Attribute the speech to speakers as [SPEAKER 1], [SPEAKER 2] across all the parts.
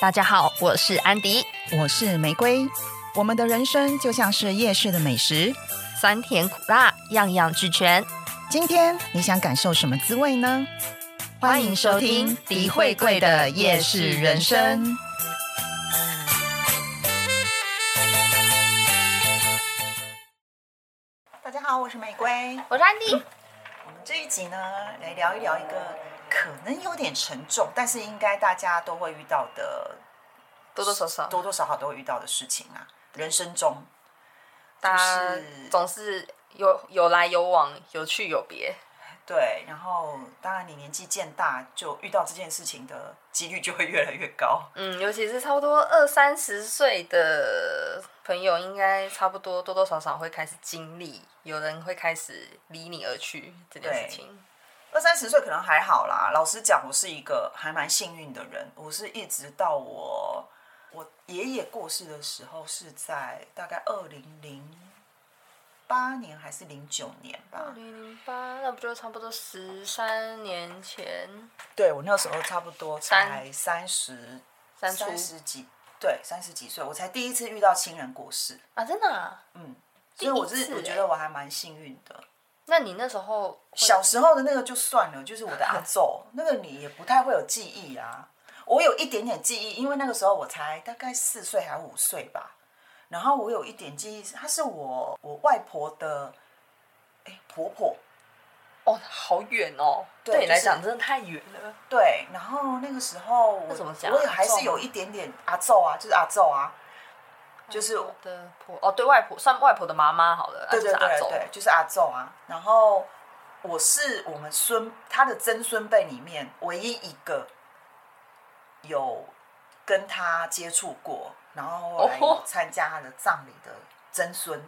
[SPEAKER 1] 大家好，我是安迪。
[SPEAKER 2] 我是玫瑰。我们的人生就像是夜市的美食，
[SPEAKER 1] 酸甜苦辣，样样俱全。
[SPEAKER 2] 今天你想感受什么滋味呢？欢迎收听迪慧贵的夜市人生。大家好，我是玫瑰。
[SPEAKER 1] 我是安迪。
[SPEAKER 2] 我们这一集呢，来聊一聊一个可能有点沉重，但是应该大家都会遇到的，
[SPEAKER 1] 多多少少，
[SPEAKER 2] 多多少少都会遇到的事情啊。人生中，
[SPEAKER 1] 大家
[SPEAKER 2] 就是
[SPEAKER 1] 总是有有来有往，有去有别。
[SPEAKER 2] 对，然后当然你年纪渐大，就遇到这件事情的几率就会越来越高。
[SPEAKER 1] 嗯，尤其是差不多二三十岁的朋友，应该差不多多多少少会开始经历，有人会开始离你而去这件事情。
[SPEAKER 2] 二三十岁可能还好啦，老实讲，我是一个还蛮幸运的人，我是一直到我我爷爷过世的时候，是在大概二零零八年还是零九年吧
[SPEAKER 1] 二。零零八，那不就差不多十三年前？
[SPEAKER 2] 对我那时候差不多才三十
[SPEAKER 1] 三出
[SPEAKER 2] 三十几，对，三十几岁，我才第一次遇到亲人过世，
[SPEAKER 1] 啊，真的、啊？
[SPEAKER 2] 嗯，所以我
[SPEAKER 1] 第一
[SPEAKER 2] 是
[SPEAKER 1] 次
[SPEAKER 2] 我觉
[SPEAKER 1] 欸
[SPEAKER 2] 得我还蛮幸运的。
[SPEAKER 1] 那你那时候会
[SPEAKER 2] 小时候的那个就算了，就是我的阿 昼，那个你也不太会有记忆啊。我有一点点记忆，因为那个时候我才大概四岁还五岁吧。然后我有一点记忆，她是我我外婆的，哎、婆婆
[SPEAKER 1] 哦，好远哦，
[SPEAKER 2] 对
[SPEAKER 1] 对你来
[SPEAKER 2] 就是
[SPEAKER 1] 讲真的太远了。
[SPEAKER 2] 对。然后那个时候我
[SPEAKER 1] 那怎么讲
[SPEAKER 2] 我也
[SPEAKER 1] 阿昼
[SPEAKER 2] 还是有一点点阿昼啊，就是阿昼啊，就是
[SPEAKER 1] 我的婆哦，对外婆算外婆的妈妈好了，
[SPEAKER 2] 对对
[SPEAKER 1] 啊就是阿
[SPEAKER 2] 对
[SPEAKER 1] 周
[SPEAKER 2] 对，就是阿昼啊。然后我是我们孙他的曾孙辈里面唯一一个有跟他接触过，然后后来有
[SPEAKER 1] 哦
[SPEAKER 2] 参加他的葬礼的曾孙，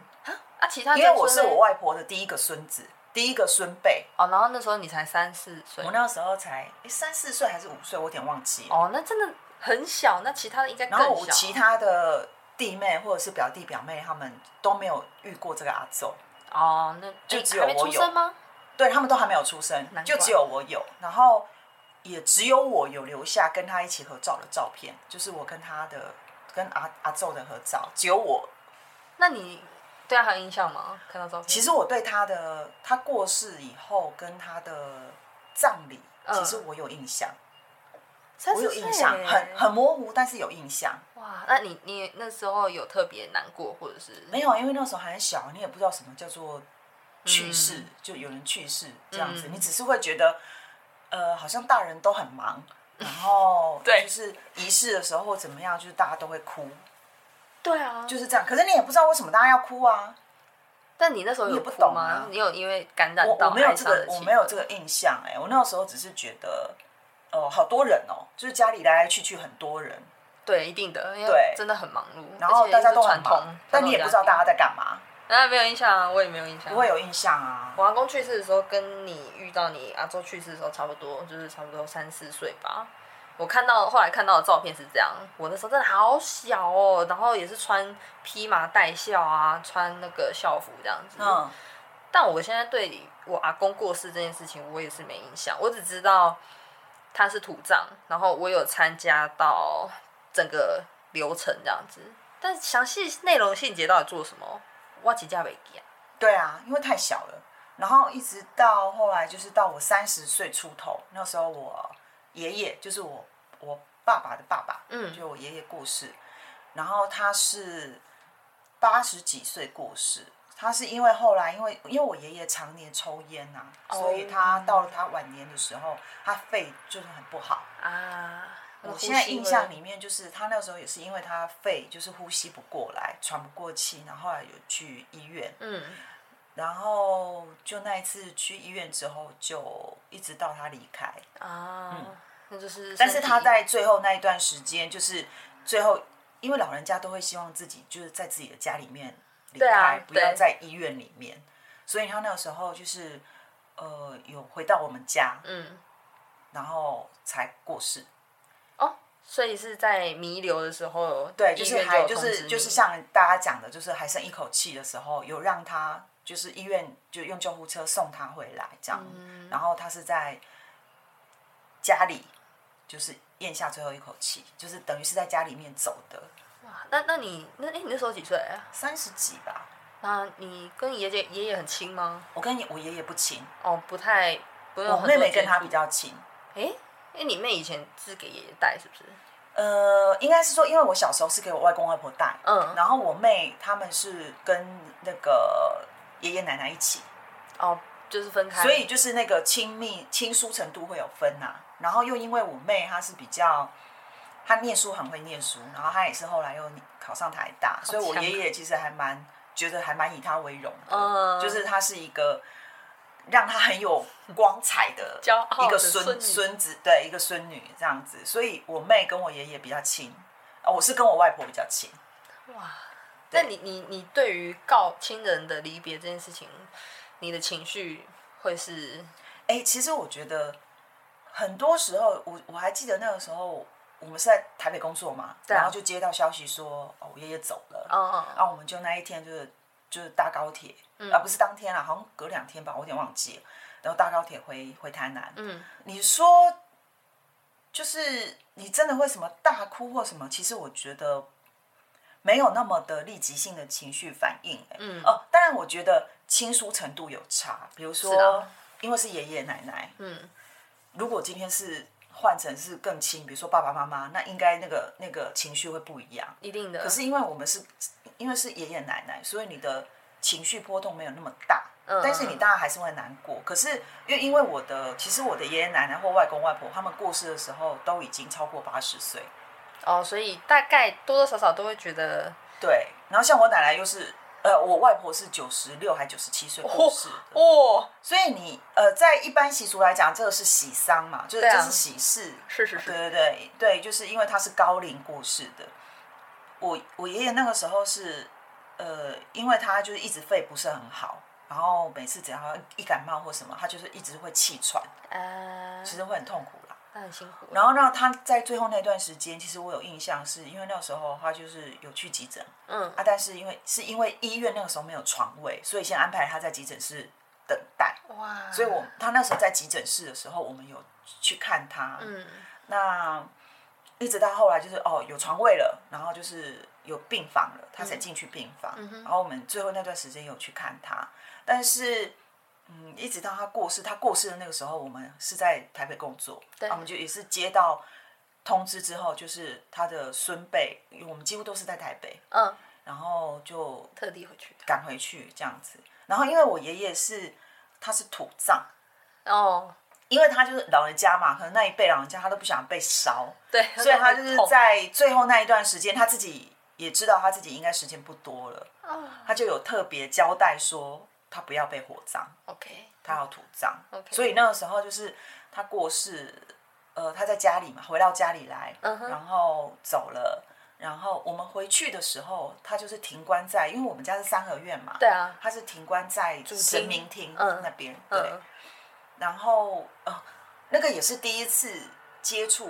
[SPEAKER 1] 啊，其他
[SPEAKER 2] 因为我
[SPEAKER 1] 曾
[SPEAKER 2] 是
[SPEAKER 1] 孙呢
[SPEAKER 2] 我外婆的第一个孙子，第一个孙辈。
[SPEAKER 1] 哦，然后那时候你才三四岁
[SPEAKER 2] 我，那时候才诶三四岁还是五岁，我有点忘记了。
[SPEAKER 1] 哦，那真的很小，那其他的应该更
[SPEAKER 2] 然后我
[SPEAKER 1] 小，
[SPEAKER 2] 其他的弟妹或者是表弟表妹他们都没有遇过这个阿昼。
[SPEAKER 1] 哦，那
[SPEAKER 2] 就
[SPEAKER 1] 哎
[SPEAKER 2] 只有
[SPEAKER 1] 还没
[SPEAKER 2] 我
[SPEAKER 1] 出
[SPEAKER 2] 有
[SPEAKER 1] 生吗？
[SPEAKER 2] 对他们都还没有出生
[SPEAKER 1] 难怪，
[SPEAKER 2] 就只有我有，然后也只有我有留下跟他一起合照的照片，就是我跟他的跟阿阿昼的合照，只有我。
[SPEAKER 1] 那你对他啊还有印象吗？看到照片？
[SPEAKER 2] 其实我对他的他过世以后跟他的葬礼，
[SPEAKER 1] 嗯
[SPEAKER 2] 其实我有印象，
[SPEAKER 1] 三
[SPEAKER 2] 我
[SPEAKER 1] 四
[SPEAKER 2] 有
[SPEAKER 1] 岁
[SPEAKER 2] 印象，
[SPEAKER 1] 耶
[SPEAKER 2] 很很模糊，但是有印象。
[SPEAKER 1] 哇，那你你那时候有特别难过或者是
[SPEAKER 2] 没有，因为那时候还很小，你也不知道什么叫做去世，
[SPEAKER 1] 嗯
[SPEAKER 2] 就有人去世这样子，
[SPEAKER 1] 嗯
[SPEAKER 2] 你只是会觉得，呃，好像大人都很忙，然后
[SPEAKER 1] 对
[SPEAKER 2] 就是仪式的时候或怎么样，就是大家都会哭，
[SPEAKER 1] 对啊，
[SPEAKER 2] 就是这样。可是你也不知道为什么大家要哭啊，
[SPEAKER 1] 但你那时候
[SPEAKER 2] 你
[SPEAKER 1] 有
[SPEAKER 2] 也不
[SPEAKER 1] 哭
[SPEAKER 2] 懂
[SPEAKER 1] 吗？
[SPEAKER 2] 啊
[SPEAKER 1] 你有因为感染
[SPEAKER 2] 我
[SPEAKER 1] 到
[SPEAKER 2] 我没有
[SPEAKER 1] 哀
[SPEAKER 2] 这
[SPEAKER 1] 伤的
[SPEAKER 2] 个
[SPEAKER 1] 气
[SPEAKER 2] 我
[SPEAKER 1] 氛
[SPEAKER 2] 没有这个印象哎、我那时候只是觉得，哦，好多人哦，就是家里来来去去很多人，
[SPEAKER 1] 对，一定的，因为
[SPEAKER 2] 对
[SPEAKER 1] 真的很忙碌，
[SPEAKER 2] 然后
[SPEAKER 1] 而且
[SPEAKER 2] 大家
[SPEAKER 1] 是
[SPEAKER 2] 都很
[SPEAKER 1] 传统
[SPEAKER 2] 忙，但你也不知道大家在干嘛，
[SPEAKER 1] 家啊没有印象啊，我也没有印象。
[SPEAKER 2] 不会有印象啊。
[SPEAKER 1] 我阿公去世的时候，跟你遇到你阿周去世的时候差不多，就是差不多三四岁吧。我看到后来看到的照片是这样，我那时候真的好小哦，然后也是穿披麻戴孝啊，穿那个校服这样子。
[SPEAKER 2] 嗯，
[SPEAKER 1] 但我现在对我阿公过世这件事情，我也是没印象，我只知道他是土葬，然后我有参加到整个流程这样子，但详细内容细节到底做什么，我请假没记啊。
[SPEAKER 2] 对啊，因为太小了。然后一直到后来，就是到我三十岁出头，那时候我爷爷就是我我爸爸的爸爸，
[SPEAKER 1] 嗯
[SPEAKER 2] 就我爷爷过世。然后他是八十几岁过世，他是因为后来因为因为我爷爷常年抽烟呐、
[SPEAKER 1] 哦
[SPEAKER 2] 所以他到了他晚年的时候，他肺就是很不好。
[SPEAKER 1] 啊，
[SPEAKER 2] 我现在印象里面就是他那时候也是因为他肺就是呼吸不过来，喘不过气，然后后来有去医院，
[SPEAKER 1] 嗯，
[SPEAKER 2] 然后就那一次去医院之后，就一直到他离开。
[SPEAKER 1] 啊，那就是身体，
[SPEAKER 2] 嗯但是他在最后那一段时间，就是最后，因为老人家都会希望自己就是在自己的家里面离
[SPEAKER 1] 对
[SPEAKER 2] 开，
[SPEAKER 1] 啊
[SPEAKER 2] 不要
[SPEAKER 1] 对
[SPEAKER 2] 在医院里面。所以他那个时候就是呃，有回到我们家，
[SPEAKER 1] 嗯，
[SPEAKER 2] 然后才过世。
[SPEAKER 1] 哦，所以是在弥留的时候，
[SPEAKER 2] 对，就是
[SPEAKER 1] 医院
[SPEAKER 2] 还
[SPEAKER 1] 有
[SPEAKER 2] 就
[SPEAKER 1] 通知
[SPEAKER 2] 是
[SPEAKER 1] 你
[SPEAKER 2] 就是像大家讲的，就是还剩一口气的时候，有让他就是医院就用救
[SPEAKER 1] 嗯
[SPEAKER 2] 护车送他回来这样，然后他是在家里就是咽下最后一口气，就是等于是在家里面走的，
[SPEAKER 1] 哇，那那你那哎、你那时候几岁啊？
[SPEAKER 2] 三十几吧。
[SPEAKER 1] 那你跟你爷爷爷爷很亲吗？
[SPEAKER 2] 我跟你我爷爷不亲，
[SPEAKER 1] 哦，不太，不用
[SPEAKER 2] 我
[SPEAKER 1] 很
[SPEAKER 2] 妹
[SPEAKER 1] 多
[SPEAKER 2] 妹跟
[SPEAKER 1] 接
[SPEAKER 2] 他
[SPEAKER 1] 触
[SPEAKER 2] 比。较亲。
[SPEAKER 1] 哎、哎、你妹以前是给爷爷带是不是？
[SPEAKER 2] 呃，应该是说，因为我小时候是给我外公外婆带，
[SPEAKER 1] 嗯，
[SPEAKER 2] 然后我妹他们是跟那个爷爷奶奶一起，
[SPEAKER 1] 哦，就是分开。
[SPEAKER 2] 所以就是那个亲密亲疏程度会有分呐、然后又因为我妹她是比较，她念书很会念书，然后她也是后来又考上台大，所以我
[SPEAKER 1] 强
[SPEAKER 2] 爷爷其实还蛮觉得还蛮以她为荣的，
[SPEAKER 1] 嗯
[SPEAKER 2] 就是她是一个让她很有光彩的
[SPEAKER 1] 骄傲的
[SPEAKER 2] 一个
[SPEAKER 1] 孙
[SPEAKER 2] 孙
[SPEAKER 1] 女
[SPEAKER 2] 孙子，对，一个孙女这样子，所以我妹跟我爷爷比较亲，啊，我是跟我外婆比较亲。
[SPEAKER 1] 哇，那
[SPEAKER 2] 对
[SPEAKER 1] 你你你对于告亲人的离别这件事情，你的情绪会是
[SPEAKER 2] 哎、其实我觉得很多时候，我我还记得那个时候，我们是在台北工作嘛，
[SPEAKER 1] 对啊
[SPEAKER 2] 然后就接到消息说，哦，我爷爷走了，
[SPEAKER 1] 嗯嗯
[SPEAKER 2] 然啊后我们就那一天就是就是搭高铁，
[SPEAKER 1] 嗯
[SPEAKER 2] 啊，不是当天啦，好像隔两天吧，我有点忘记了，然后搭高铁回回台南，
[SPEAKER 1] 嗯，
[SPEAKER 2] 你说就是你真的会什么大哭或什么？其实我觉得没有那么的立即性的情绪反应、欸。
[SPEAKER 1] 嗯
[SPEAKER 2] 哦、当然我觉得亲疏程度有差，比如
[SPEAKER 1] 是
[SPEAKER 2] 说
[SPEAKER 1] 啊
[SPEAKER 2] 因为是爷爷奶奶，
[SPEAKER 1] 嗯，
[SPEAKER 2] 如果今天是换成是更亲，比如说爸爸妈妈，那应该那个那个情绪会不一样。
[SPEAKER 1] 一定的。
[SPEAKER 2] 可是因为我们是因为是爷爷奶奶，所以你的情绪波动没有那么大。
[SPEAKER 1] 嗯
[SPEAKER 2] 但是你当然还是会难过，可是因为因为我的，其实我的爷爷奶奶或外公外婆他们过世的时候都已经超过八十岁，
[SPEAKER 1] 哦，所以大概多多少少都会觉得，
[SPEAKER 2] 嗯对。然后像我奶奶又是，呃，我外婆是九十六还九十七岁过世的，
[SPEAKER 1] 哦，
[SPEAKER 2] 所以你呃，在一般习俗来讲，这个是喜丧嘛，就是
[SPEAKER 1] 对啊
[SPEAKER 2] 这是喜事，
[SPEAKER 1] 是是
[SPEAKER 2] 对
[SPEAKER 1] 是，
[SPEAKER 2] 对对对，就是因为他是高龄过世的。我我爷爷那个时候是，呃，因为他就是一直肺不是很好，然后每次只要一感冒或什么，他就是一直会气喘，
[SPEAKER 1] 啊，
[SPEAKER 2] 其实会很痛苦啦。
[SPEAKER 1] 那很辛苦。
[SPEAKER 2] 然后让他在最后那段时间，其实我有印象是，因为那时候他就是有去急诊
[SPEAKER 1] 嗯
[SPEAKER 2] 啊，但是因为是因为医院那个时候没有床位，所以先安排他在急诊室等待。
[SPEAKER 1] 哇，
[SPEAKER 2] 所以我他那时候在急诊室的时候，我们有去看他，
[SPEAKER 1] 嗯
[SPEAKER 2] 那一直到后来就是哦有床位了，然后就是有病房了，他才进去病房。然后我们最后那段时间有去看他，但是嗯，一直到他过世，他过世的那个时候，我们是在台北工作，
[SPEAKER 1] 对
[SPEAKER 2] 啊我们就也是接到通知之后，就是他的孙辈，因为我们几乎都是在台北，
[SPEAKER 1] 嗯，
[SPEAKER 2] 然后就
[SPEAKER 1] 特地回去的。
[SPEAKER 2] 赶回去这样子。然后因为我爷爷是他是土葬。
[SPEAKER 1] 哦，
[SPEAKER 2] 因为他就是老人家嘛，可能那一辈老人家他都不想被烧，
[SPEAKER 1] 对，
[SPEAKER 2] 所以他
[SPEAKER 1] 会
[SPEAKER 2] 就是
[SPEAKER 1] 痛
[SPEAKER 2] 在最后那一段时间，他自己也知道他自己应该时间不多了，
[SPEAKER 1] 啊
[SPEAKER 2] 他就有特别交代说他不要被火葬，
[SPEAKER 1] ，OK，
[SPEAKER 2] 他要土葬。
[SPEAKER 1] OK
[SPEAKER 2] 所以那个时候就是他过世，呃，他在家里嘛，回到家里来，
[SPEAKER 1] 嗯哼
[SPEAKER 2] 然后走了。然后我们回去的时候，他就是停关在，因为我们家是三合院嘛，
[SPEAKER 1] 对啊，
[SPEAKER 2] 他是停关在
[SPEAKER 1] 厅
[SPEAKER 2] 神明厅
[SPEAKER 1] 嗯
[SPEAKER 2] 那边，对。
[SPEAKER 1] 嗯，
[SPEAKER 2] 然后呃，那个也是第一次接触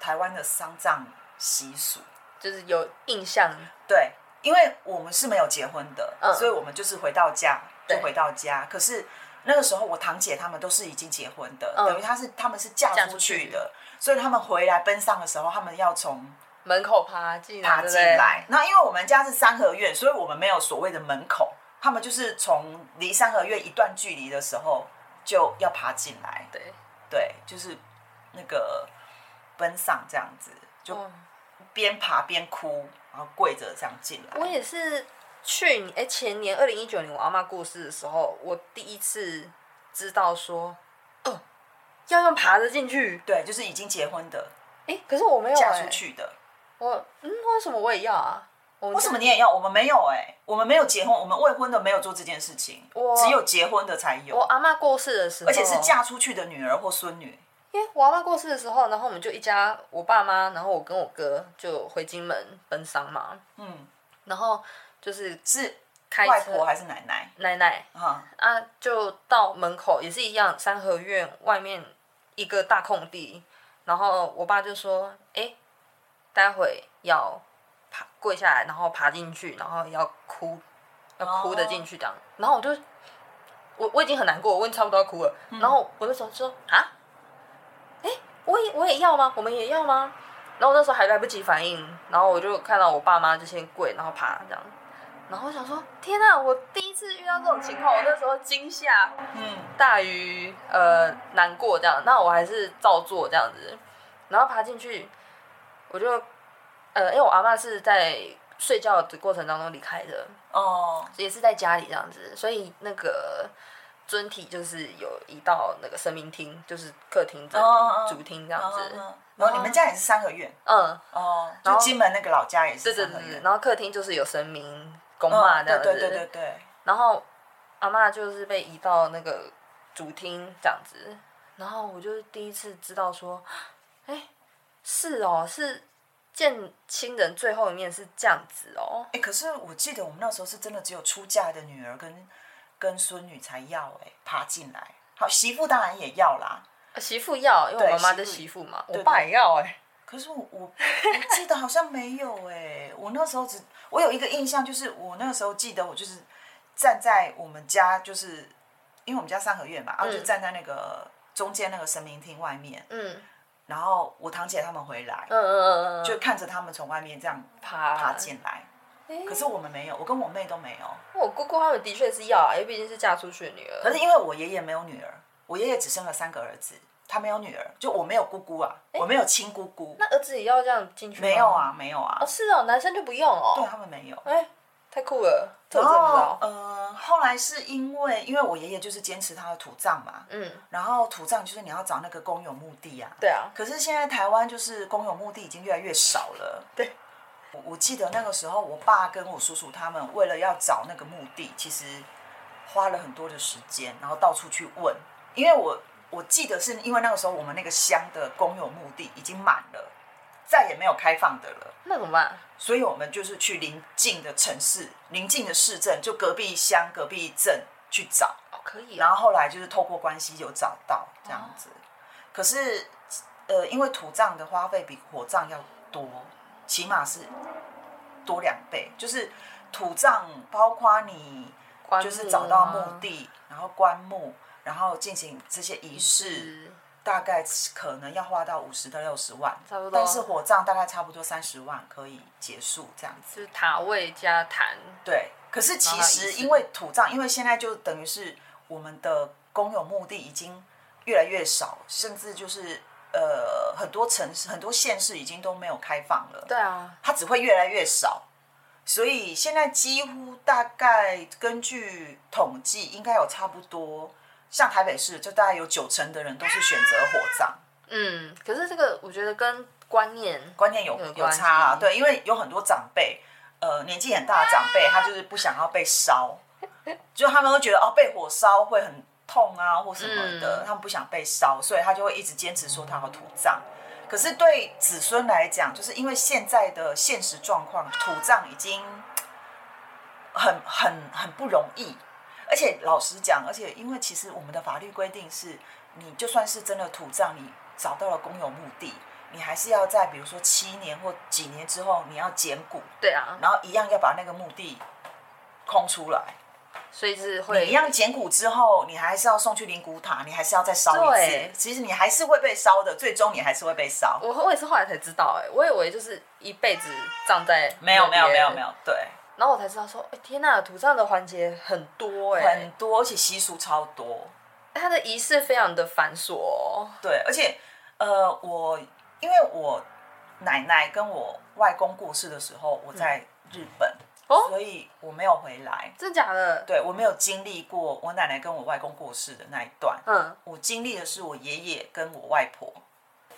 [SPEAKER 2] 台湾的丧葬习俗，
[SPEAKER 1] 就是有印象，
[SPEAKER 2] 对，因为我们是没有结婚的，
[SPEAKER 1] 嗯
[SPEAKER 2] 所以我们就是回到家就
[SPEAKER 1] 对
[SPEAKER 2] 回到家。可是那个时候我堂姐她们都是已经结婚的，
[SPEAKER 1] 嗯
[SPEAKER 2] 等于她是她们是嫁
[SPEAKER 1] 嫁
[SPEAKER 2] 出
[SPEAKER 1] 出
[SPEAKER 2] 去
[SPEAKER 1] 去
[SPEAKER 2] 的，所以她们回来奔丧的时候，她们要从
[SPEAKER 1] 门口爬进来，
[SPEAKER 2] 爬
[SPEAKER 1] 啊对不
[SPEAKER 2] 进
[SPEAKER 1] 对
[SPEAKER 2] 来。那因为我们家是三合院，所以我们没有所谓的门口，他们就是从离三合院一段距离的时候就要爬进来。
[SPEAKER 1] 对，
[SPEAKER 2] 对，就是那个奔丧这样子，就
[SPEAKER 1] 哦
[SPEAKER 2] 边爬边哭，然后跪着这样进来。
[SPEAKER 1] 我也是去年哎、诶前年二零一九年我阿妈过世的时候，我第一次知道说，哦，要用爬着进去。
[SPEAKER 2] 对，就是已经结婚的、
[SPEAKER 1] 哎、可是我没有、
[SPEAKER 2] 嫁
[SPEAKER 1] 诶
[SPEAKER 2] 出去的，
[SPEAKER 1] 我嗯，为什么我也要啊？我
[SPEAKER 2] 为什么你也要？我们没有哎、我们没有结婚，我们未婚的没有做这件事情
[SPEAKER 1] 我，
[SPEAKER 2] 只有结婚的才
[SPEAKER 1] 我嗯
[SPEAKER 2] 有，
[SPEAKER 1] 阿妈过世的时候，
[SPEAKER 2] 而且是嫁出去的女儿或孙女。
[SPEAKER 1] 因为我阿妈过世的时候，然后我们就一家，我爸妈，然后我跟我哥就回金门奔丧嘛，
[SPEAKER 2] 嗯，
[SPEAKER 1] 然后就是
[SPEAKER 2] 是
[SPEAKER 1] 开
[SPEAKER 2] 外
[SPEAKER 1] 车
[SPEAKER 2] 婆啊还是奶奶？
[SPEAKER 1] 奶奶
[SPEAKER 2] 啊、
[SPEAKER 1] 啊，就到门口也是一样，三合院外面一个大空地，然后我爸就说：“哎、待会要爬跪下来，然后爬进去，然后要哭，要哭的进去这样。然后我就我我已经很难过，我已经差不多要哭了。然后我那时候就说：“啊，哎、我也我也要吗？我们也要吗？然后那时候还来不及反应，然后我就看到我爸妈就先跪，然后爬这样，然后我想说天哪、我第一次遇到这种情况，我那时候惊吓
[SPEAKER 2] 嗯，
[SPEAKER 1] 大于呃难过这样，那我还是照做这样子，然后爬进去，我就呃因为我阿妈是在睡觉的过程当中离开的，
[SPEAKER 2] 哦，
[SPEAKER 1] 也是在家里这样子，所以那个尊体就是有移到那个神明厅，就是客厅这里、
[SPEAKER 2] 哦哦哦
[SPEAKER 1] 主厅这样子。
[SPEAKER 2] 嗯嗯然后你们家也是三合院
[SPEAKER 1] 嗯，
[SPEAKER 2] 哦，
[SPEAKER 1] 然
[SPEAKER 2] 就
[SPEAKER 1] 后
[SPEAKER 2] 金门那个老家也
[SPEAKER 1] 对
[SPEAKER 2] 是
[SPEAKER 1] 对
[SPEAKER 2] 三合
[SPEAKER 1] 对对，
[SPEAKER 2] 院，
[SPEAKER 1] 然后客厅就是有神明公妈
[SPEAKER 2] 嗯，
[SPEAKER 1] 这样
[SPEAKER 2] 对
[SPEAKER 1] 子，
[SPEAKER 2] 对对对对，
[SPEAKER 1] 然后阿嬷就是被移到那个主厅这样子，然后我就第一次知道说，哎，是哦，是见亲人最后一面是这样子哦，
[SPEAKER 2] 哎，可是我记得我们那时候是真的只有出嫁的女儿跟跟孙女才要哎爬进来，好媳妇当然也要啦，
[SPEAKER 1] 呃媳妇要，因为我
[SPEAKER 2] 对
[SPEAKER 1] 妈妈的
[SPEAKER 2] 媳
[SPEAKER 1] 媳妇嘛，
[SPEAKER 2] 对
[SPEAKER 1] 我爸
[SPEAKER 2] 对
[SPEAKER 1] 也要哎、
[SPEAKER 2] 可是我我我记得好像没有哎、我那时候只我有一个印象，就是我那个时候记得我就是站在我们家，就是因为我们家三合院嘛，然后就站在那个中间那个神明厅外面，
[SPEAKER 1] 嗯
[SPEAKER 2] 然后我堂姐他们回来，
[SPEAKER 1] 嗯嗯嗯嗯，
[SPEAKER 2] 就看着他们从外面这样
[SPEAKER 1] 爬
[SPEAKER 2] 爬进来，
[SPEAKER 1] 诶
[SPEAKER 2] 可是我们没有，我跟我妹都没有，
[SPEAKER 1] 我姑姑他们的确是要啊，因为毕竟是嫁出去的女儿。
[SPEAKER 2] 可是因为我爷爷没有女儿，我爷爷只生了三个儿子，他没有女儿，就我没有姑姑啊，我没有亲姑姑，
[SPEAKER 1] 那儿子也要这样进去吗
[SPEAKER 2] 没有？啊，没有啊
[SPEAKER 1] 哦，，是哦，男生就不用
[SPEAKER 2] 对啊
[SPEAKER 1] 哦。
[SPEAKER 2] 他们没有。
[SPEAKER 1] 哎、太酷了，这我
[SPEAKER 2] 然
[SPEAKER 1] 真的不知
[SPEAKER 2] 后
[SPEAKER 1] 道，。
[SPEAKER 2] 嗯、后来是因为因为我爷爷就是坚持他的土葬嘛，
[SPEAKER 1] 嗯，
[SPEAKER 2] 然后土葬就是你要找那个公有墓地啊。
[SPEAKER 1] 对啊，
[SPEAKER 2] 可是现在台湾就是公有墓地已经越来越少了。
[SPEAKER 1] 对
[SPEAKER 2] 我，我记得那个时候，我爸跟我叔叔他们为了要找那个墓地，其实花了很多的时间，然后到处去问。因为我我记得是因为那个时候我们那个乡的公有墓地已经满了，再也没有开放的了。
[SPEAKER 1] 那怎么办？
[SPEAKER 2] 所以我们就是去邻近的城市、邻近的市镇，就隔壁乡、隔壁镇去找。
[SPEAKER 1] 哦，可以啊。
[SPEAKER 2] 然后后来就是透过关系有找到这样子。
[SPEAKER 1] 哦
[SPEAKER 2] 可是，呃，因为土葬的花费比火葬要多，起码是多两倍。就是土葬包括你
[SPEAKER 1] 棺木
[SPEAKER 2] 就是找到
[SPEAKER 1] 啊
[SPEAKER 2] 墓地，然后棺木，然后进行这些仪式，
[SPEAKER 1] 是
[SPEAKER 2] 大概可能要花到五十到六十万，
[SPEAKER 1] 差不多
[SPEAKER 2] 但是火葬大概差不多三十万可以结束这样子。
[SPEAKER 1] 就是塔位加坛，
[SPEAKER 2] 对，可是其
[SPEAKER 1] 然后还有
[SPEAKER 2] 实
[SPEAKER 1] 仪式
[SPEAKER 2] 因为土葬，因为现在就等于是我们的公有墓地已经越来越少，甚至就是呃很多城市、很多县市已经都没有开放了，
[SPEAKER 1] 对啊，
[SPEAKER 2] 它只会越来越少。所以现在几乎大概根据统计，应该有差不多，像台北市就大概有九成的人都是选择火葬，
[SPEAKER 1] 嗯，可是这个我觉得跟观念，
[SPEAKER 2] 观念有
[SPEAKER 1] 有
[SPEAKER 2] 有
[SPEAKER 1] 关
[SPEAKER 2] 差啊，
[SPEAKER 1] 系
[SPEAKER 2] 对，因为有很多长辈，呃，年纪很大的长辈，他就是不想要被烧，就他们都觉得哦，被火烧会很痛啊，或什么的，
[SPEAKER 1] 嗯
[SPEAKER 2] 他们不想被烧，所以他就会一直坚持说他要土葬。可是对子孙来讲，就是因为现在的现实状况，土葬已经很很很不容易。而且老实讲，而且因为其实我们的法律规定是，你就算是真的土葬，你找到了公有墓地，你还是要在比如说七年或几年之后，你要捡骨，
[SPEAKER 1] 对啊，
[SPEAKER 2] 然后一样要把那个墓地空出来。
[SPEAKER 1] 所以是
[SPEAKER 2] 你
[SPEAKER 1] 会
[SPEAKER 2] 一样捡骨之后，你还是要送去灵骨塔，你还是要再烧一次
[SPEAKER 1] 对。
[SPEAKER 2] 其实你还是会被烧的，最终你还是会被烧。
[SPEAKER 1] 我我也是后来才知道、哎，我以为就是一辈子葬在
[SPEAKER 2] 没有没有没有没
[SPEAKER 1] 有，
[SPEAKER 2] 有，对，
[SPEAKER 1] 然后我才知道说，哎、天呐，土葬的环节很多哎、
[SPEAKER 2] 很多，而且习俗超多。
[SPEAKER 1] 它的仪式非常的繁琐、哦，
[SPEAKER 2] 对，而且呃，我因为我奶奶跟我外公过世的时候，我在日本，
[SPEAKER 1] 哦
[SPEAKER 2] 所以我没有回来。
[SPEAKER 1] 真假的？
[SPEAKER 2] 对我没有经历过我奶奶跟我外公过世的那一段，
[SPEAKER 1] 嗯，
[SPEAKER 2] 我经历的是我爷爷跟我外婆。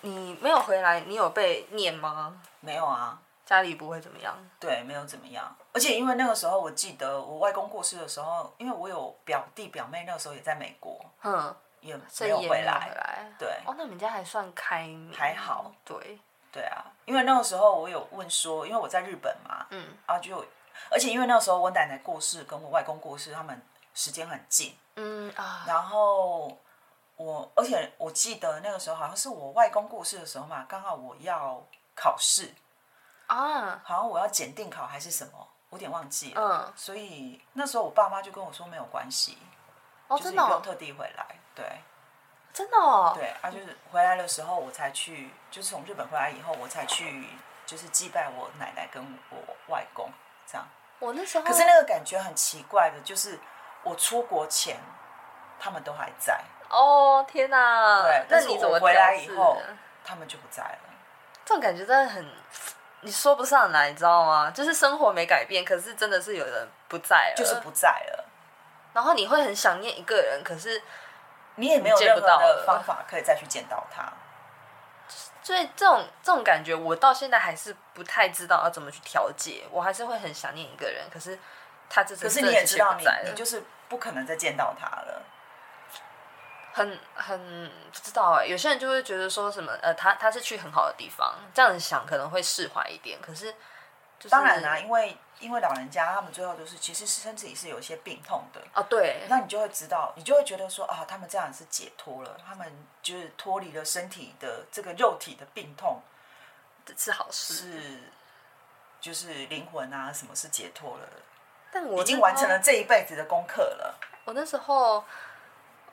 [SPEAKER 1] 你没有回来，你有被念吗？
[SPEAKER 2] 没有啊，
[SPEAKER 1] 家里不会怎么样？
[SPEAKER 2] 对，没有怎么样。而且因为那个时候，我记得我外公过世的时候，因为我有表弟表妹，那个时候也在美国，
[SPEAKER 1] 嗯，
[SPEAKER 2] 也
[SPEAKER 1] 所以
[SPEAKER 2] 没有
[SPEAKER 1] 也
[SPEAKER 2] 回来
[SPEAKER 1] 回。来。
[SPEAKER 2] 对
[SPEAKER 1] 哦，那你们家还算开明，
[SPEAKER 2] 还好。
[SPEAKER 1] 对，
[SPEAKER 2] 对啊，因为那个时候我有问说，因为我在日本嘛，
[SPEAKER 1] 嗯
[SPEAKER 2] 啊，就而且因为那时候我奶奶过世跟我外公过世，他们时间很近，
[SPEAKER 1] 嗯啊，
[SPEAKER 2] 然后我而且我记得那个时候好像是我外公过世的时候嘛，刚好我要考试，
[SPEAKER 1] 啊，
[SPEAKER 2] 好像我要检定考还是什么，我有点忘记了。
[SPEAKER 1] 嗯，
[SPEAKER 2] 所以那时候我爸妈就跟我说没有关系，
[SPEAKER 1] 哦，
[SPEAKER 2] 就是
[SPEAKER 1] 真
[SPEAKER 2] 你
[SPEAKER 1] 的
[SPEAKER 2] 不用
[SPEAKER 1] 哦，
[SPEAKER 2] 特地回来，对，
[SPEAKER 1] 真的哦，
[SPEAKER 2] 对啊，就是回来的时候我才去，就是从日本回来以后我才去，就是祭拜我奶奶跟我外公
[SPEAKER 1] 哦
[SPEAKER 2] 这样。
[SPEAKER 1] 我那时候
[SPEAKER 2] 可是那个感觉很奇怪的，就是我出国前他们都还在，
[SPEAKER 1] 哦天哪，
[SPEAKER 2] 对，
[SPEAKER 1] 那
[SPEAKER 2] 但是
[SPEAKER 1] 你
[SPEAKER 2] 我
[SPEAKER 1] 怎么
[SPEAKER 2] 回来
[SPEAKER 1] 调
[SPEAKER 2] 以
[SPEAKER 1] 试
[SPEAKER 2] 后
[SPEAKER 1] 的
[SPEAKER 2] 他们就不在了。
[SPEAKER 1] 这种感觉真的很，你说不上来，你知道吗？就是生活没改变，可是真的是有人不在了，
[SPEAKER 2] 就是不在了，
[SPEAKER 1] 然后你会很想念一个人，可是
[SPEAKER 2] 你也没有
[SPEAKER 1] 见
[SPEAKER 2] 任
[SPEAKER 1] 不
[SPEAKER 2] 何
[SPEAKER 1] 到
[SPEAKER 2] 的
[SPEAKER 1] 了
[SPEAKER 2] 方法可以再去见到他。
[SPEAKER 1] 所以这种这种感觉，我到现在还是不太知道要怎么去调节，我还是会很想念一个人，可是他这
[SPEAKER 2] 可
[SPEAKER 1] 真
[SPEAKER 2] 是
[SPEAKER 1] 的
[SPEAKER 2] 你也
[SPEAKER 1] 是不
[SPEAKER 2] 知道你，
[SPEAKER 1] 在
[SPEAKER 2] 你
[SPEAKER 1] 了，
[SPEAKER 2] 就是不可能再见到他了。
[SPEAKER 1] 很很不知道哎、有些人就会觉得说什么呃，他他是去很好的地方，这样想可能会释怀一点，可是、就是、
[SPEAKER 2] 当然啦、啊因为因为老人家他们最后都是其实是身体是有一些病痛的，
[SPEAKER 1] 哦对，
[SPEAKER 2] 那你就会知道，你就会觉得说啊，他们这样是解脱了，他们就是脱离了身体的这个肉体的病痛，
[SPEAKER 1] 是好事，
[SPEAKER 2] 是就是灵魂啊，什么是解脱了，
[SPEAKER 1] 但我
[SPEAKER 2] 已经
[SPEAKER 1] 那
[SPEAKER 2] 完
[SPEAKER 1] 时
[SPEAKER 2] 成
[SPEAKER 1] 候
[SPEAKER 2] 了这一辈子的功课了。
[SPEAKER 1] 我那时候，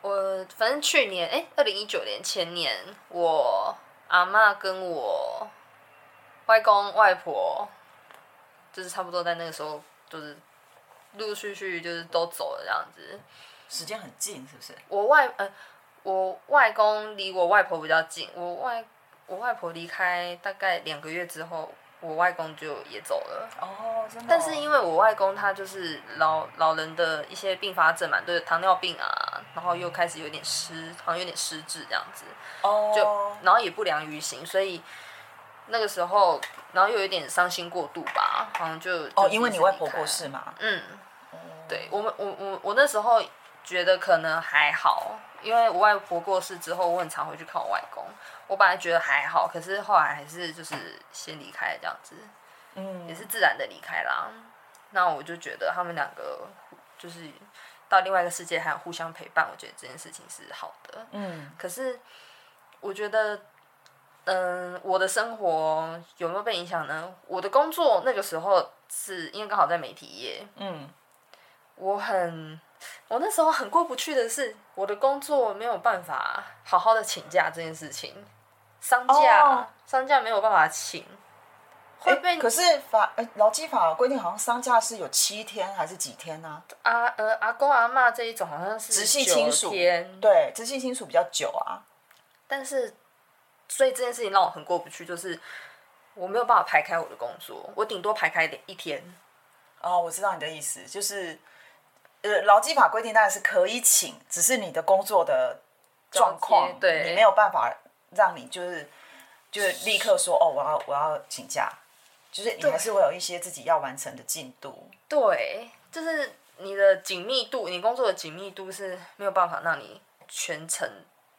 [SPEAKER 1] 我反正去年哎，二零一九年前年，我阿嬷跟我外公外婆，就是差不多在那个时候，就是陆陆续续就是都走了这样子。
[SPEAKER 2] 时间很近，是不是？
[SPEAKER 1] 我外呃，我外公离我外婆比较近，我外我外婆离开大概两个月之后，我外公就也走了。
[SPEAKER 2] 哦，真的哦、
[SPEAKER 1] 但是因
[SPEAKER 2] 为
[SPEAKER 1] 为我外公他就是老老人的一些并发症嘛，就是糖尿病啊，然后又开始有点失，好像有点失智这样子，
[SPEAKER 2] 哦，
[SPEAKER 1] 就然后也不良于行，所以那个时候，然后又有点伤心过度吧，好像就
[SPEAKER 2] 哦，因为你外婆过，
[SPEAKER 1] 就是一直
[SPEAKER 2] 世嘛哦
[SPEAKER 1] 离，开嗯，对我们我我我那时候觉得可能还好，因为我外婆过世之后，我很常回去看我外公，我本来觉得还好，可是后来还是就是先离开这样子，
[SPEAKER 2] 嗯，
[SPEAKER 1] 也是自然的离开啦。那我就觉得他们两个就是到另外一个世界，还有互相陪伴，我觉得这件事情是好的。
[SPEAKER 2] 嗯，
[SPEAKER 1] 可是我觉得，嗯，我的生活有没有被影响呢？我的工作那个时候是因为刚好在媒体业，
[SPEAKER 2] 嗯，
[SPEAKER 1] 我很我那时候很过不去的是，我的工作没有办法好好的请假这件事情，丧假、
[SPEAKER 2] 哦
[SPEAKER 1] 丧假没有办法请，会
[SPEAKER 2] 哎，
[SPEAKER 1] 被
[SPEAKER 2] 可是法哎劳基法规定好像丧假是有七天还是几天呢、
[SPEAKER 1] 阿呃阿公阿嬷这一种好像是
[SPEAKER 2] 直系亲属
[SPEAKER 1] 9天，
[SPEAKER 2] 对，直系亲属比较久啊。
[SPEAKER 1] 但是所以这件事情让我很过不去，就是我没有办法排开我的工作，我顶多排开一天，
[SPEAKER 2] 哦，我知道你的意思，就是呃劳基法规定当然是可以请，只是你的工作的状况，
[SPEAKER 1] 对
[SPEAKER 2] 你没有办法让你就是就是立刻说哦，我要我要请假，就是你还是会有一些自己要完成的进度。
[SPEAKER 1] 对，就是你的紧密度，你工作的紧密度是没有办法让你全程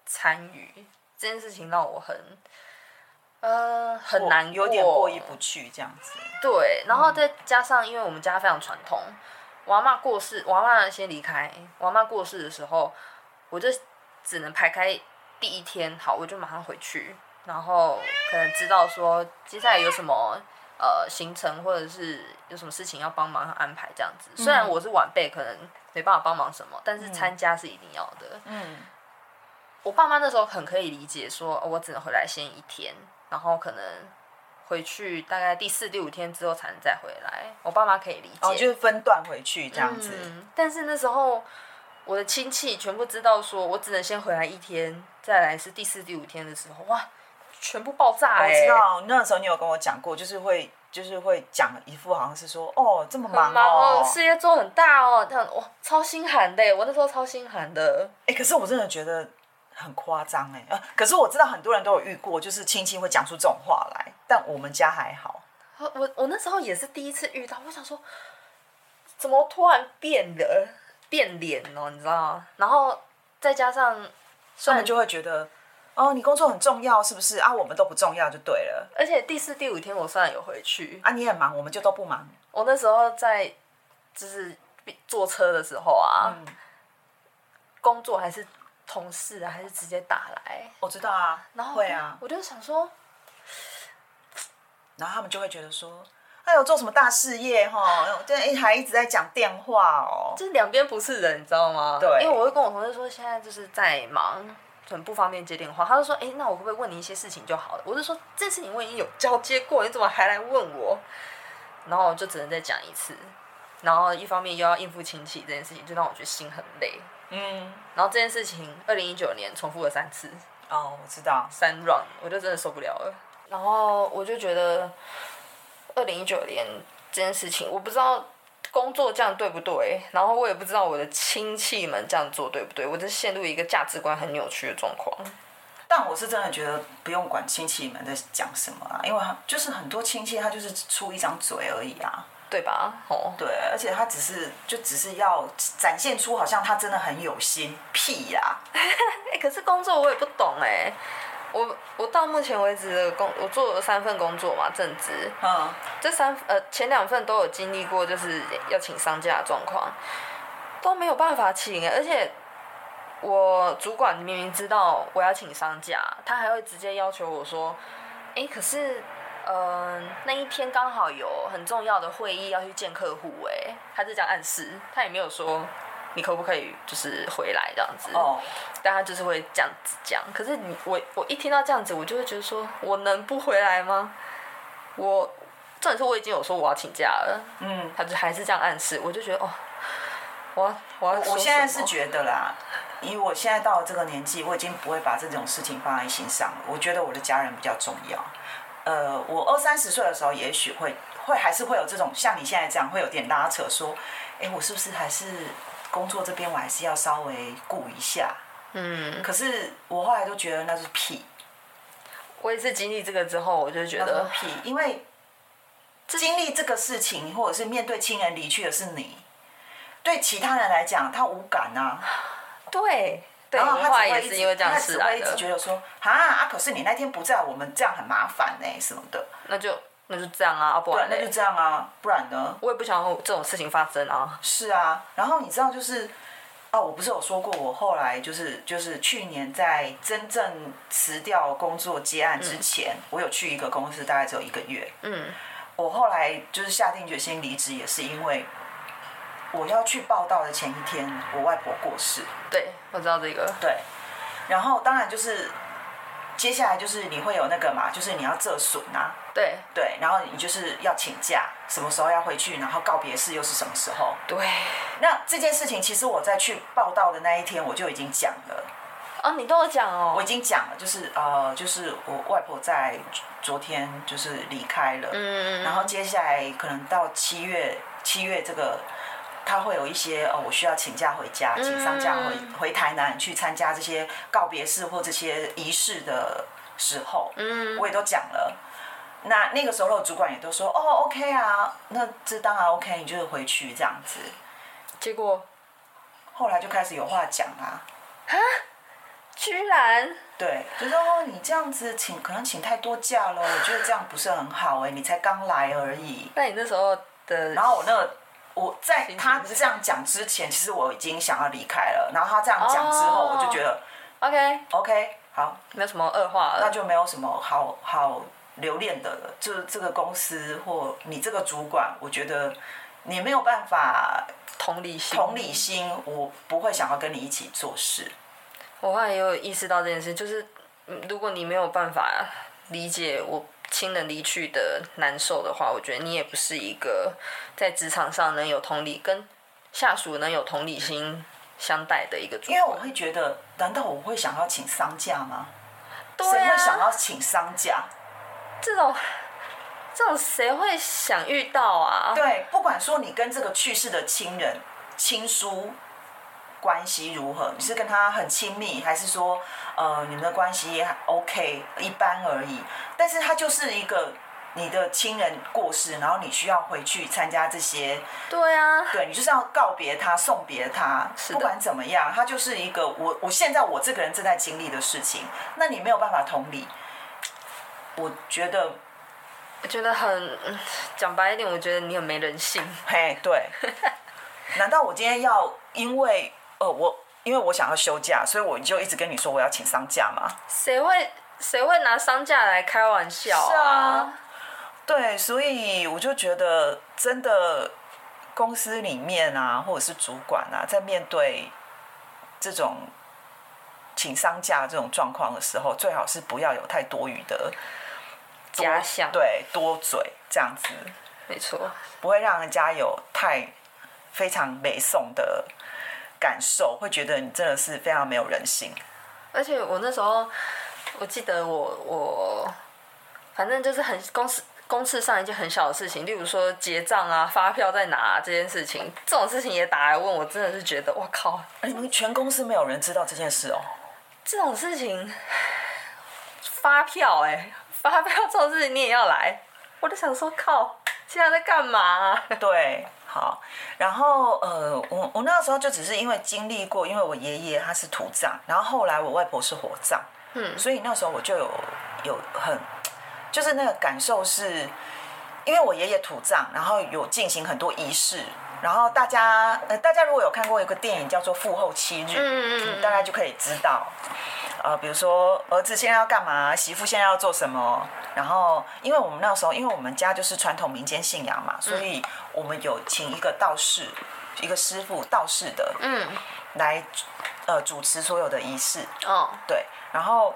[SPEAKER 1] 参与，这件事情让我很呃很
[SPEAKER 2] 我
[SPEAKER 1] 难
[SPEAKER 2] 有点过意不去这样子。
[SPEAKER 1] 对，然后再加上，因为我们家非常传统，我阿妈过世，我阿妈先离开，我阿妈过世的时候，我就只能排开第一天，好，我就马上回去，然后可能知道说接下来有什么呃行程或者是有什么事情要帮忙安排这样子。虽然我是晚辈，可能没办法帮忙什么，但是参加是一定要的。
[SPEAKER 2] 嗯，
[SPEAKER 1] 我爸妈那时候很可以理解说，哦我只能回来先一天，然后可能回去大概第四、第五天之后才能再回来。我爸妈可以理解，
[SPEAKER 2] 哦，就是分段回去这样子。
[SPEAKER 1] 嗯。但是那时候我的亲戚全部知道说，我只能先回来一天，再来是第四、第五天的时候，哇，全部爆炸哎、
[SPEAKER 2] 我知道那时候你有跟我讲过，就是会就是会讲一副好像是说哦这么
[SPEAKER 1] 很
[SPEAKER 2] 忙
[SPEAKER 1] 忙
[SPEAKER 2] 哦，
[SPEAKER 1] 哦，事业做很大哦，这样哇，超心寒的欸，我那时候超心寒的。
[SPEAKER 2] 哎、可是我真的觉得很夸张哎，呃，可是我知道很多人都有遇过，就是亲戚会讲出这种话来，但我们家还好。
[SPEAKER 1] 我我我那时候也是第一次遇到，我想说，怎么突然变了变脸哦，你知道吗？然后再加上，虽然
[SPEAKER 2] 他们就会觉得哦你工作很重要是不是啊？我们都不重要就对了
[SPEAKER 1] 而且第四第五天我虽然有回去，
[SPEAKER 2] 啊，你很忙我们就都不忙，
[SPEAKER 1] 我那时候在就是坐车的时候啊，
[SPEAKER 2] 嗯
[SPEAKER 1] 工作还是同事啊，还是直接打来，
[SPEAKER 2] 我知道啊，
[SPEAKER 1] 然后嗯我
[SPEAKER 2] 会
[SPEAKER 1] 就
[SPEAKER 2] 啊，
[SPEAKER 1] 我就想说，
[SPEAKER 2] 然后他们就会觉得说。哎呦，做什么大事业哈？这还一直在讲电话哦。
[SPEAKER 1] 就是两边不是人，你知道吗？
[SPEAKER 2] 对
[SPEAKER 1] 因为我会跟我同事说，现在就是在忙，很不方便接电话，他就说：“哎、那我可不可以问你一些事情就好了？”我就说：“这次你我已经有交接过，你怎么还来问我？”然后我就只能再讲一次，然后一方面又要应付亲戚这件事情，就让我觉得心很累。
[SPEAKER 2] 嗯，
[SPEAKER 1] 然后这件事情，二零一九年重复了三次，
[SPEAKER 2] 哦，我知道，
[SPEAKER 1] 三 round，我就真的受不了了。然后我就觉得，二零一九年这件事情，我不知道工作这样对不对，然后我也不知道我的亲戚们这样做对不对，我就陷入一个价值观很扭曲的状况。
[SPEAKER 2] 但我是真的觉得不用管亲戚们在讲什么啊，因为他就是很多亲戚他就是出一张嘴而已啊，
[SPEAKER 1] 对吧？哦，
[SPEAKER 2] 对，而且他只是就只是要展现出好像他真的很有心，屁呀、
[SPEAKER 1] 哎、可是工作我也不懂哎、我我到目前为止的工，我做了三份工作嘛，正职，
[SPEAKER 2] 嗯，
[SPEAKER 1] 这三呃前两份都有经历过，就是要请丧假的状况，都没有办法请欸，而且我主管明明知道我要请丧假，他还会直接要求我说，诶，可是。嗯、那一天刚好有很重要的会议要去见客户，诶，他就这样暗示，他也没有说你可不可以就是回来这样子。
[SPEAKER 2] 哦，
[SPEAKER 1] 但他就是会这样子讲。可是你我我一听到这样子，我就会觉得说，我能不回来吗？我重点是我已经有说我要请假了，
[SPEAKER 2] 嗯，
[SPEAKER 1] 他就还是这样暗示，我就觉得哦，我要我要
[SPEAKER 2] 我
[SPEAKER 1] 说
[SPEAKER 2] 我现在
[SPEAKER 1] 什
[SPEAKER 2] 是
[SPEAKER 1] 么
[SPEAKER 2] 觉得啦，以我现在到了这个年纪，我已经不会把这种事情放在心上了。我觉得我的家人比较重要。呃，我二三十岁的时候，也许会会还是会有这种像你现在这样，会有点拉扯，说，哎、我是不是还是工作这边我还是要稍微顾一下？
[SPEAKER 1] 嗯，
[SPEAKER 2] 可是我后来都觉得那是屁，
[SPEAKER 1] 我也是经历这个之后，我就觉
[SPEAKER 2] 那是
[SPEAKER 1] 得
[SPEAKER 2] 屁，因为经历这个事情，或者是面对亲人离去的是你，对其他人来讲，他无感啊。
[SPEAKER 1] 对对，
[SPEAKER 2] 然后
[SPEAKER 1] 我
[SPEAKER 2] 他
[SPEAKER 1] 后来
[SPEAKER 2] 只会
[SPEAKER 1] 哎也
[SPEAKER 2] 一
[SPEAKER 1] 是
[SPEAKER 2] 直
[SPEAKER 1] 因为这样
[SPEAKER 2] 他
[SPEAKER 1] 试
[SPEAKER 2] 只
[SPEAKER 1] 来
[SPEAKER 2] 会一
[SPEAKER 1] 的
[SPEAKER 2] 直，觉得说啊啊，可是你那天不在，我们这样很麻烦呢、什么的。
[SPEAKER 1] 那就那就这样啊，啊不
[SPEAKER 2] 不
[SPEAKER 1] 然
[SPEAKER 2] 然那就
[SPEAKER 1] 嘞，
[SPEAKER 2] 这样啊，不然呢？
[SPEAKER 1] 我也不想要这种事情发生啊，
[SPEAKER 2] 是啊，然后你知道就是。哦，我不是有说过，我后来就是就是去年在真正辞掉工作接案之前，我有去一个公司，大概只有一个月。
[SPEAKER 1] 嗯
[SPEAKER 2] 我后来就是下定决心离职，也是因为我要去报道的前一天，我外婆过世。
[SPEAKER 1] 对，我知道这个，
[SPEAKER 2] 对，然后当然就是接下来就是你会有那个嘛，就是你要这损啊，
[SPEAKER 1] 对
[SPEAKER 2] 对，然后你就是要请假，什么时候要回去，然后告别式又是什么时候？
[SPEAKER 1] 对，
[SPEAKER 2] 那这件事情其实我在去报道的那一天我就已经讲了，
[SPEAKER 1] 哦，你都有讲
[SPEAKER 2] 我
[SPEAKER 1] 哦
[SPEAKER 2] 已，经讲了，就是呃，就是我外婆在昨天就是离开了，
[SPEAKER 1] 嗯，
[SPEAKER 2] 然后接下来可能到七月，七月这个他会有一些呃，我需要请假回家，请丧假回、
[SPEAKER 1] 嗯
[SPEAKER 2] 回台南去参加这些告别式或这些仪式的时候，
[SPEAKER 1] 嗯
[SPEAKER 2] 我也都讲了。那那个时候的主管也都说哦，OK 啊，那这当然 OK，你就是回去这样子。
[SPEAKER 1] 结果
[SPEAKER 2] 后来就开始有话讲啊，
[SPEAKER 1] 居然。
[SPEAKER 2] 对，就说哦，你这样子请可能请太多假了，我觉得这样不是很好哎、你才刚来而已。
[SPEAKER 1] 那你那时候的，
[SPEAKER 2] 然后我那个我在
[SPEAKER 1] 心情
[SPEAKER 2] 他
[SPEAKER 1] 是
[SPEAKER 2] 这样讲之前，其实我已经想要离开了。然后他这样讲之后，
[SPEAKER 1] 哦
[SPEAKER 2] 我就觉得、
[SPEAKER 1] OK，
[SPEAKER 2] OK，好，
[SPEAKER 1] 没有什么恶化
[SPEAKER 2] 那
[SPEAKER 1] 了。
[SPEAKER 2] 就没有什么好好留恋的了。就是这个公司或你这个主管，我觉得你没有办法
[SPEAKER 1] 同理心，
[SPEAKER 2] 同理心，我不会想要跟你一起做事。
[SPEAKER 1] 我后来也有意识到这件事，就是嗯如果你没有办法理解我亲人离去的难受的话，我觉得你也不是一个在职场上能有同理跟下属能有同理心相待的一个主
[SPEAKER 2] 因为我会觉得，难道我会想要请丧假吗？
[SPEAKER 1] 对
[SPEAKER 2] 谁会想
[SPEAKER 1] 啊，
[SPEAKER 2] 要请丧假？
[SPEAKER 1] 这种这种谁会想遇到啊？
[SPEAKER 2] 对，不管说你跟这个去世的亲人、亲疏关系如何，你是跟他很亲密，还是说呃你们的关系还 OK 一般而已？但是他就是一个你的亲人过世，然后你需要回去参加这些，
[SPEAKER 1] 对啊，
[SPEAKER 2] 对你就是要告别他、送别他，
[SPEAKER 1] 是的
[SPEAKER 2] 不管怎么样，他就是一个我我现在我这个人正在经历的事情，那你没有办法同理，我觉得
[SPEAKER 1] 我觉得很嗯讲白一点，我觉得你很没人性。
[SPEAKER 2] 嘿， 对。难道我今天要因为呃我因为我想要休假，所以我就一直跟你说我要请丧假吗？
[SPEAKER 1] 谁会谁会拿商价来开玩笑
[SPEAKER 2] 是啊对，所以我就觉得真的公司里面啊，或者是主管啊，在面对这种请丧假这种状况的时候，最好是不要有太多余的多
[SPEAKER 1] 假想，，
[SPEAKER 2] 对多嘴这样子，
[SPEAKER 1] 没错，
[SPEAKER 2] 不会让人家有太非常北宋的感受，会觉得你真的是非常没有人性。
[SPEAKER 1] 而且我那时候，我记得我我，反正就是很公司公事上一件很小的事情，例如说结账啊、发票在哪、啊、这件事情，这种事情也打来问我，真的是觉得我靠，
[SPEAKER 2] 哎你们全公司没有人知道这件事哦。
[SPEAKER 1] 这种事情，发票哎、发票这种事情你也要来，我就想说靠，现在在干嘛啊、
[SPEAKER 2] 对，好，然后呃，我我那个时候就只是因为经历过，因为我爷爷他是土葬，然后后来我外婆是火葬，
[SPEAKER 1] 嗯
[SPEAKER 2] 所以那时候我就有有很，就是那个感受是，因为我爷爷土葬，然后有进行很多仪式，然后大家呃，大家如果有看过一个电影叫做《父后七日》，
[SPEAKER 1] 嗯嗯嗯
[SPEAKER 2] 大家就可以知道，呃，比如说儿子现在要干嘛，媳妇现在要做什么，然后因为我们那时候，因为我们家就是传统民间信仰嘛，所以我们有请一个道士，一个师傅道士的
[SPEAKER 1] 嗯，
[SPEAKER 2] 来呃主持所有的仪式，
[SPEAKER 1] 哦，
[SPEAKER 2] 对，然后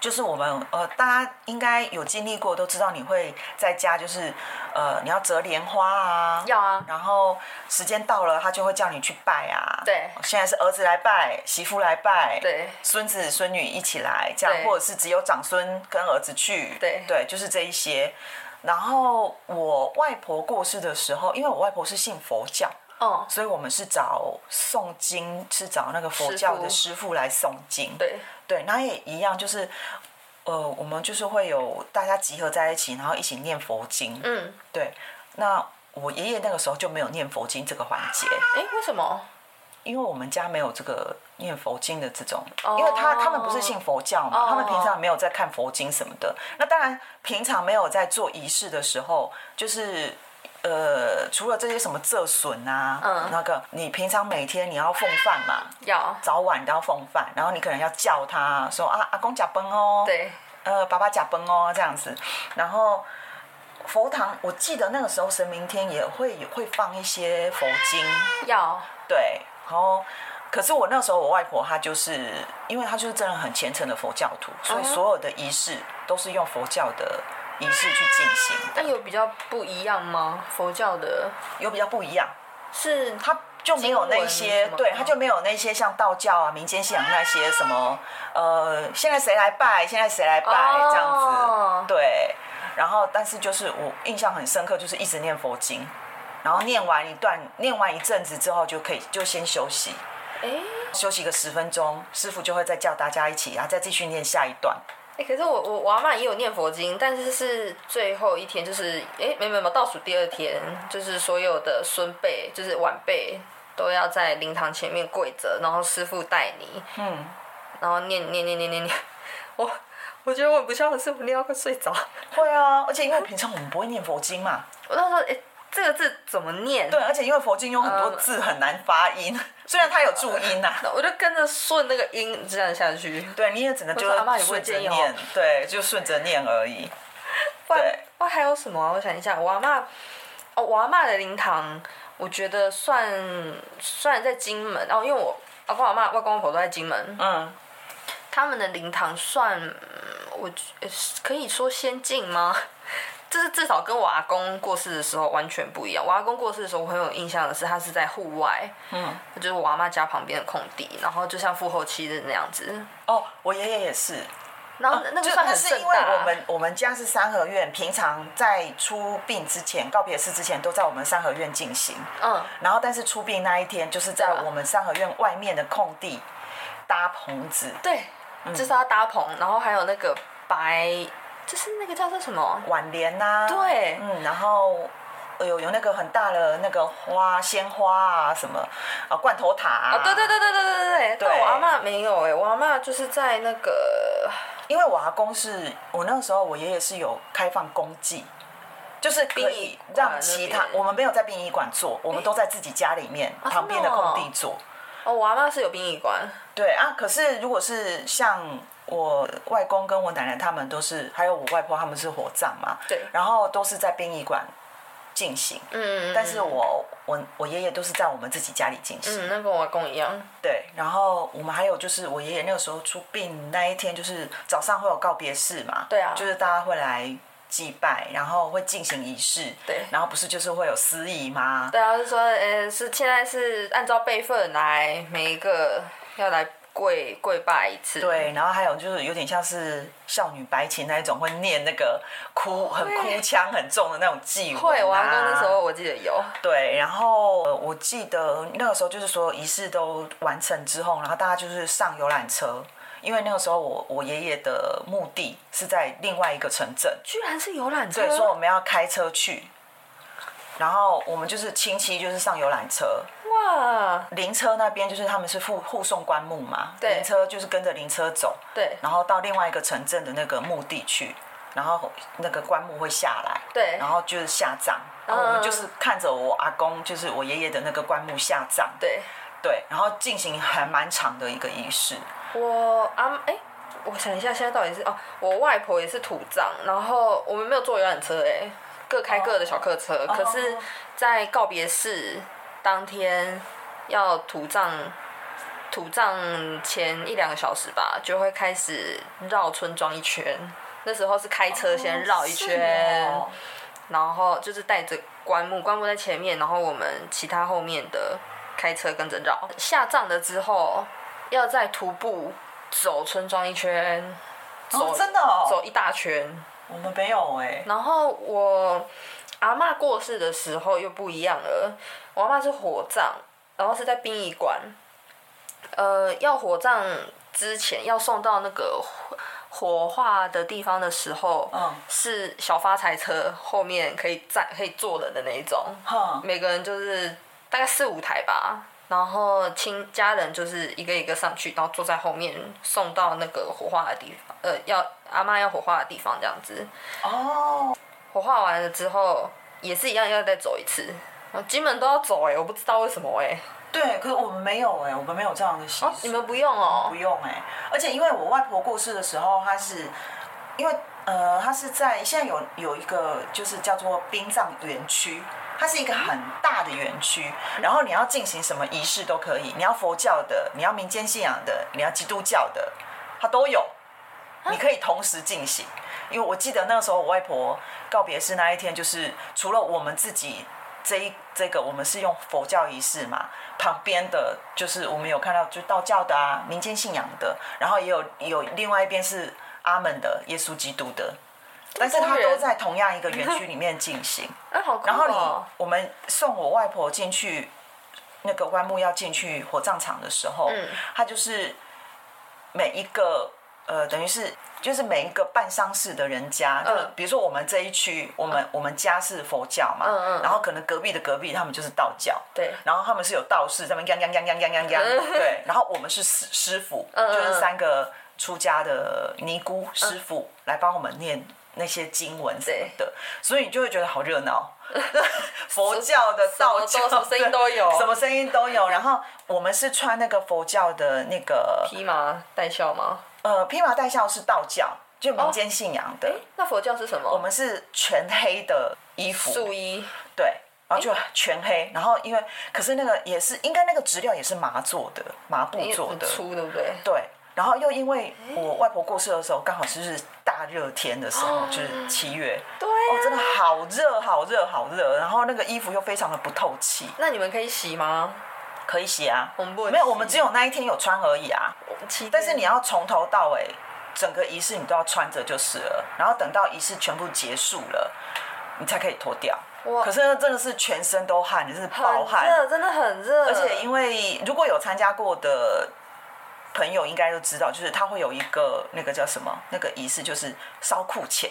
[SPEAKER 2] 就是我们呃，大家应该有经历过，都知道你会在家就是呃，你要折莲花啊，
[SPEAKER 1] 要啊，
[SPEAKER 2] 然后时间到了，他就会叫你去拜啊。
[SPEAKER 1] 对
[SPEAKER 2] 现在是儿子来拜，媳妇来拜，
[SPEAKER 1] 对
[SPEAKER 2] 孙子孙女一起来这样，
[SPEAKER 1] 对
[SPEAKER 2] 或者是只有长孙跟儿子去，
[SPEAKER 1] 对
[SPEAKER 2] 对，就是这一些。然后我外婆过世的时候，因为我外婆是信佛教，
[SPEAKER 1] 哦，
[SPEAKER 2] 所以我们是找诵经，是找那个佛教的师傅来诵经。
[SPEAKER 1] 对，
[SPEAKER 2] 对，那也一样，就是呃，我们就是会有大家集合在一起，然后一起念佛经。
[SPEAKER 1] 嗯，
[SPEAKER 2] 对，那我爷爷那个时候就没有念佛经这个环节，
[SPEAKER 1] 哎、为什么？
[SPEAKER 2] 因为我们家没有这个念佛经的这种，
[SPEAKER 1] 哦
[SPEAKER 2] 因为他他们不是信佛教嘛，
[SPEAKER 1] 哦
[SPEAKER 2] 他们平常没有在看佛经什么的。那当然，平常没有在做仪式的时候，就是。呃，除了这些什么折损啊，
[SPEAKER 1] 嗯
[SPEAKER 2] 那个你平常每天你要奉饭嘛，
[SPEAKER 1] 要，
[SPEAKER 2] 早晚你都要奉饭，然后你可能要叫他说啊，阿公假崩哦，
[SPEAKER 1] 对，
[SPEAKER 2] 呃，爸爸假崩哦这样子。然后佛堂，我记得那个时候神明天也会也会放一些佛经，
[SPEAKER 1] 要，
[SPEAKER 2] 对，然后。可是我那时候，我外婆她就是，因为她就是真的很虔诚的佛教徒，所以
[SPEAKER 1] 嗯
[SPEAKER 2] 所有的仪式都是用佛教的仪式去进行
[SPEAKER 1] 那
[SPEAKER 2] 的，
[SPEAKER 1] 有比较不一样吗？佛教的
[SPEAKER 2] 有比较不一样。
[SPEAKER 1] 是
[SPEAKER 2] 他就没有那
[SPEAKER 1] 经
[SPEAKER 2] 些
[SPEAKER 1] 文什，么
[SPEAKER 2] 对，
[SPEAKER 1] 的
[SPEAKER 2] 他就没有那些像道教啊、民间信仰那些什么，呃，现在谁来拜，现在谁来拜、
[SPEAKER 1] 哦
[SPEAKER 2] 这样子，对。然后，但是就是我印象很深刻，就是一直念佛经，然后念完一段，念完一阵子之后就可以就先休息，
[SPEAKER 1] 哎、
[SPEAKER 2] 休息个十分钟，师傅就会再叫大家一起，然后啊再继续念下一段。
[SPEAKER 1] 哎、可是我我我阿妈也有念佛经，但是是最后一天，就是哎、没没没，倒数第二天，就是所有的孙辈，就是晚辈，都要在灵堂前面跪着，然后师傅带你，
[SPEAKER 2] 嗯，
[SPEAKER 1] 然后念念念念念 念，我我觉得我很不孝的师傅念到快睡着。
[SPEAKER 2] 会啊，而且因为平常我们不会念佛经嘛，
[SPEAKER 1] 我那时候哎、这个字怎么念？
[SPEAKER 2] 对，而且因为佛经有很多
[SPEAKER 1] 嗯
[SPEAKER 2] 字很难发音， 虽然它有注音呐、
[SPEAKER 1] 我就跟着顺那个音这样下去，
[SPEAKER 2] 对，你也只能就
[SPEAKER 1] 我说阿嬷也不会
[SPEAKER 2] 顺着
[SPEAKER 1] 介意哦
[SPEAKER 2] 念，对，就顺着念而已。
[SPEAKER 1] 不然
[SPEAKER 2] 对
[SPEAKER 1] 不然还有什么啊、我想一下，我阿妈，哦，我阿妈的灵堂，我觉得算算在金门，哦，因为我阿公阿妈、外公外婆都在金门，
[SPEAKER 2] 嗯，
[SPEAKER 1] 他们的灵堂算，嗯我觉呃可以说先进吗？ 就是至少跟我阿公过世的时候完全不一样。我阿公过世的时候，我很有印象的是，他是在户外，
[SPEAKER 2] 嗯，
[SPEAKER 1] 就是我阿妈家旁边的空地，然后就像复后七日那样子，
[SPEAKER 2] 哦，我爷爷也是，
[SPEAKER 1] 然后那个
[SPEAKER 2] 哦就
[SPEAKER 1] 算很
[SPEAKER 2] 是
[SPEAKER 1] 盛
[SPEAKER 2] 因为
[SPEAKER 1] 大、啊
[SPEAKER 2] 我们我们家是三合院，平常在出殡之前、告别式之前都在我们三合院进行，
[SPEAKER 1] 嗯，
[SPEAKER 2] 然后但是出殡那一天就是在
[SPEAKER 1] 对啊
[SPEAKER 2] 我们三合院外面的空地搭棚子，
[SPEAKER 1] 对，
[SPEAKER 2] 嗯
[SPEAKER 1] 就是要搭棚，然后还有那个白，就是那个叫做什么？
[SPEAKER 2] 挽联呐、
[SPEAKER 1] 对
[SPEAKER 2] 嗯，然后。有有那个很大的那个花鲜花啊什么啊罐头塔啊
[SPEAKER 1] 啊，对对对对对对对对，
[SPEAKER 2] 对
[SPEAKER 1] 但我阿妈没有哎、我阿妈就是在那个
[SPEAKER 2] 因为我阿公是我那时候我爷爷是有开放公祭，就是可
[SPEAKER 1] 殡
[SPEAKER 2] 以
[SPEAKER 1] 仪馆
[SPEAKER 2] 让
[SPEAKER 1] 那
[SPEAKER 2] 其他
[SPEAKER 1] 边哎
[SPEAKER 2] 我们没有在殡仪馆做，我们都在自己家里面、
[SPEAKER 1] 啊
[SPEAKER 2] 旁边的
[SPEAKER 1] 真的哦
[SPEAKER 2] 空地做。
[SPEAKER 1] 哦，我阿妈是有殡仪馆，
[SPEAKER 2] 对啊，可是如果是像我外公跟我奶奶他们都是，还有我外婆他们是火葬嘛，
[SPEAKER 1] 对
[SPEAKER 2] 然后都是在殡仪馆进行，
[SPEAKER 1] 嗯，
[SPEAKER 2] 但是我我我爷爷都是在我们自己家里进行。
[SPEAKER 1] 嗯，那跟我阿公一样，
[SPEAKER 2] 对，然后我们还有就是我爷爷那个时候出殡那一天，就是早上会有告别式嘛，
[SPEAKER 1] 对啊
[SPEAKER 2] 就是大家会来祭拜，然后会进行仪式，
[SPEAKER 1] 对
[SPEAKER 2] 然后不是就是会有司仪吗？
[SPEAKER 1] 对啊，是说，呃，是现在是按照辈分来，每一个要来跪跪拜一次，
[SPEAKER 2] 对，然后还有就是有点像是少女白琴那一种，会念那个哭很哭腔很重的那种祭文、啊。
[SPEAKER 1] 会，我阿公那时候我记得有，
[SPEAKER 2] 对，然后呃我记得那个时候就是所有仪式都完成之后，然后大家就是上游览车，因为那个时候我我爷爷的墓地是在另外一个城镇，
[SPEAKER 1] 居然是游览车
[SPEAKER 2] 所，以说我们要开车去。然后我们就是亲戚，就是上游览车，
[SPEAKER 1] 哇，
[SPEAKER 2] 灵车那边就是他们是护护送棺木嘛，
[SPEAKER 1] 对
[SPEAKER 2] 灵车就是跟着灵车走，
[SPEAKER 1] 对
[SPEAKER 2] 然后到另外一个城镇的那个墓地去，然后那个棺木会下来，
[SPEAKER 1] 对
[SPEAKER 2] 然后就是下葬，然后我们就是看着我阿公，就是我爷爷的那个棺木下葬，
[SPEAKER 1] 对，
[SPEAKER 2] 对，然后进行还蛮长的一个仪式，
[SPEAKER 1] 哦我阿哎、我想一下，现在到底是哦，我外婆也是土葬，然后我们没有坐游览车哎、各开各的小客车，
[SPEAKER 2] 哦
[SPEAKER 1] 可是，在告别式当天要土葬。土葬前一两个小时吧，就会开始绕村庄一圈。那时候是开车先绕一圈，
[SPEAKER 2] 哦
[SPEAKER 1] 然后就是带着棺木，棺木在前面，然后我们其他后面的开车跟着绕。下葬了之后，要再徒步走村庄一圈，
[SPEAKER 2] 是哦
[SPEAKER 1] 走、
[SPEAKER 2] 哦真的哦，
[SPEAKER 1] 走一大圈。
[SPEAKER 2] 我们没有哎，
[SPEAKER 1] 然后我阿嬷过世的时候又不一样了，我阿嬷是火葬，然后是在殡仪馆，呃，要火葬之前要送到那个火火化的地方的时候，
[SPEAKER 2] 嗯
[SPEAKER 1] 是小发财车后面可以站可以坐人的那一种，
[SPEAKER 2] 哼，
[SPEAKER 1] 每个人就是大概四五台吧，然后亲家人就是一个一个上去，然后坐在后面送到那个火化的地方，呃，要阿妈要火化的地方这样子。
[SPEAKER 2] 哦，
[SPEAKER 1] 火化完了之后也是一样要再走一次，我金门都要走哎、我不知道为什么哎、
[SPEAKER 2] 对，可是我们没有哎，我们没有这样的习俗，
[SPEAKER 1] 哦，你们不用哦、
[SPEAKER 2] 不用哎、而且因为我外婆过世的时候，她是因为呃，她是在现在有有一个就是叫做殡葬园区，它是一个很大的园区，然后你要进行什么仪式都可以，你要佛教的，你要民间信仰的，你要基督教的，它都有，你可以同时进行。因为我记得那个时候我外婆告别式那一天，就是除了我们自己这一这个我们是用佛教仪式嘛，旁边的就是我们有看到就道教的啊，民间信仰的，然后也有有另外一边是阿门的耶稣基督的，但是它都在同样一个园区里面进行。
[SPEAKER 1] 哎、好酷
[SPEAKER 2] 然后你
[SPEAKER 1] 哦、
[SPEAKER 2] 我们送我外婆进去那个棺木要进去火葬场的时候，
[SPEAKER 1] 嗯
[SPEAKER 2] 他就是每一个呃，等于是就是每一个办丧事的人家，
[SPEAKER 1] 嗯
[SPEAKER 2] 就是比如说我们这一区，我们、我们家是佛教嘛，
[SPEAKER 1] 嗯嗯嗯
[SPEAKER 2] 然后可能隔壁的隔壁他们就是道教，
[SPEAKER 1] 对
[SPEAKER 2] 然后他们是有道士在那边央央央央央央，对，然后我们是师师傅，
[SPEAKER 1] 嗯嗯
[SPEAKER 2] 就是三个出家的尼姑师傅来帮我们念那些经文什么的，所以你就会觉得好 热闹。佛教的
[SPEAKER 1] 什么
[SPEAKER 2] 道教
[SPEAKER 1] 都什么声音都有
[SPEAKER 2] 什么声音都有。然后我们是穿那个佛教的那个
[SPEAKER 1] 披麻戴孝吗？
[SPEAKER 2] 呃披麻戴孝是道教，就民间信仰的。
[SPEAKER 1] 哎、那佛教是什么？
[SPEAKER 2] 我们是全黑的衣服，
[SPEAKER 1] 素衣
[SPEAKER 2] 对，然后就全黑，然后因为可是那个也是应该那个质料也是麻做的，麻布做
[SPEAKER 1] 很
[SPEAKER 2] 的，
[SPEAKER 1] 粗，对不对？
[SPEAKER 2] 对。然后又因为我外婆过世的时候，刚好就是大热天的时候，就是七月，
[SPEAKER 1] 对
[SPEAKER 2] 哦，真
[SPEAKER 1] 呀、
[SPEAKER 2] 的好热，好热，好热。然后那个衣服又非常的不透气，
[SPEAKER 1] 那你们可以洗吗？
[SPEAKER 2] 可以洗啊，
[SPEAKER 1] 我们不能
[SPEAKER 2] 没有，
[SPEAKER 1] 洗
[SPEAKER 2] 我们只有那一天有穿而已啊。
[SPEAKER 1] 七天
[SPEAKER 2] 但是你要从头到尾，整个仪式你都要穿着就是了，然后等到仪式全部结束了，你才可以脱掉。
[SPEAKER 1] 哇
[SPEAKER 2] 可是那真的是全身都汗，你是暴
[SPEAKER 1] 哦很
[SPEAKER 2] 汗，
[SPEAKER 1] 热，真的很热，
[SPEAKER 2] 而且因为如果有参加过的朋友应该都知道，就是他会有一个那个叫什么那个仪式，就是烧库钱。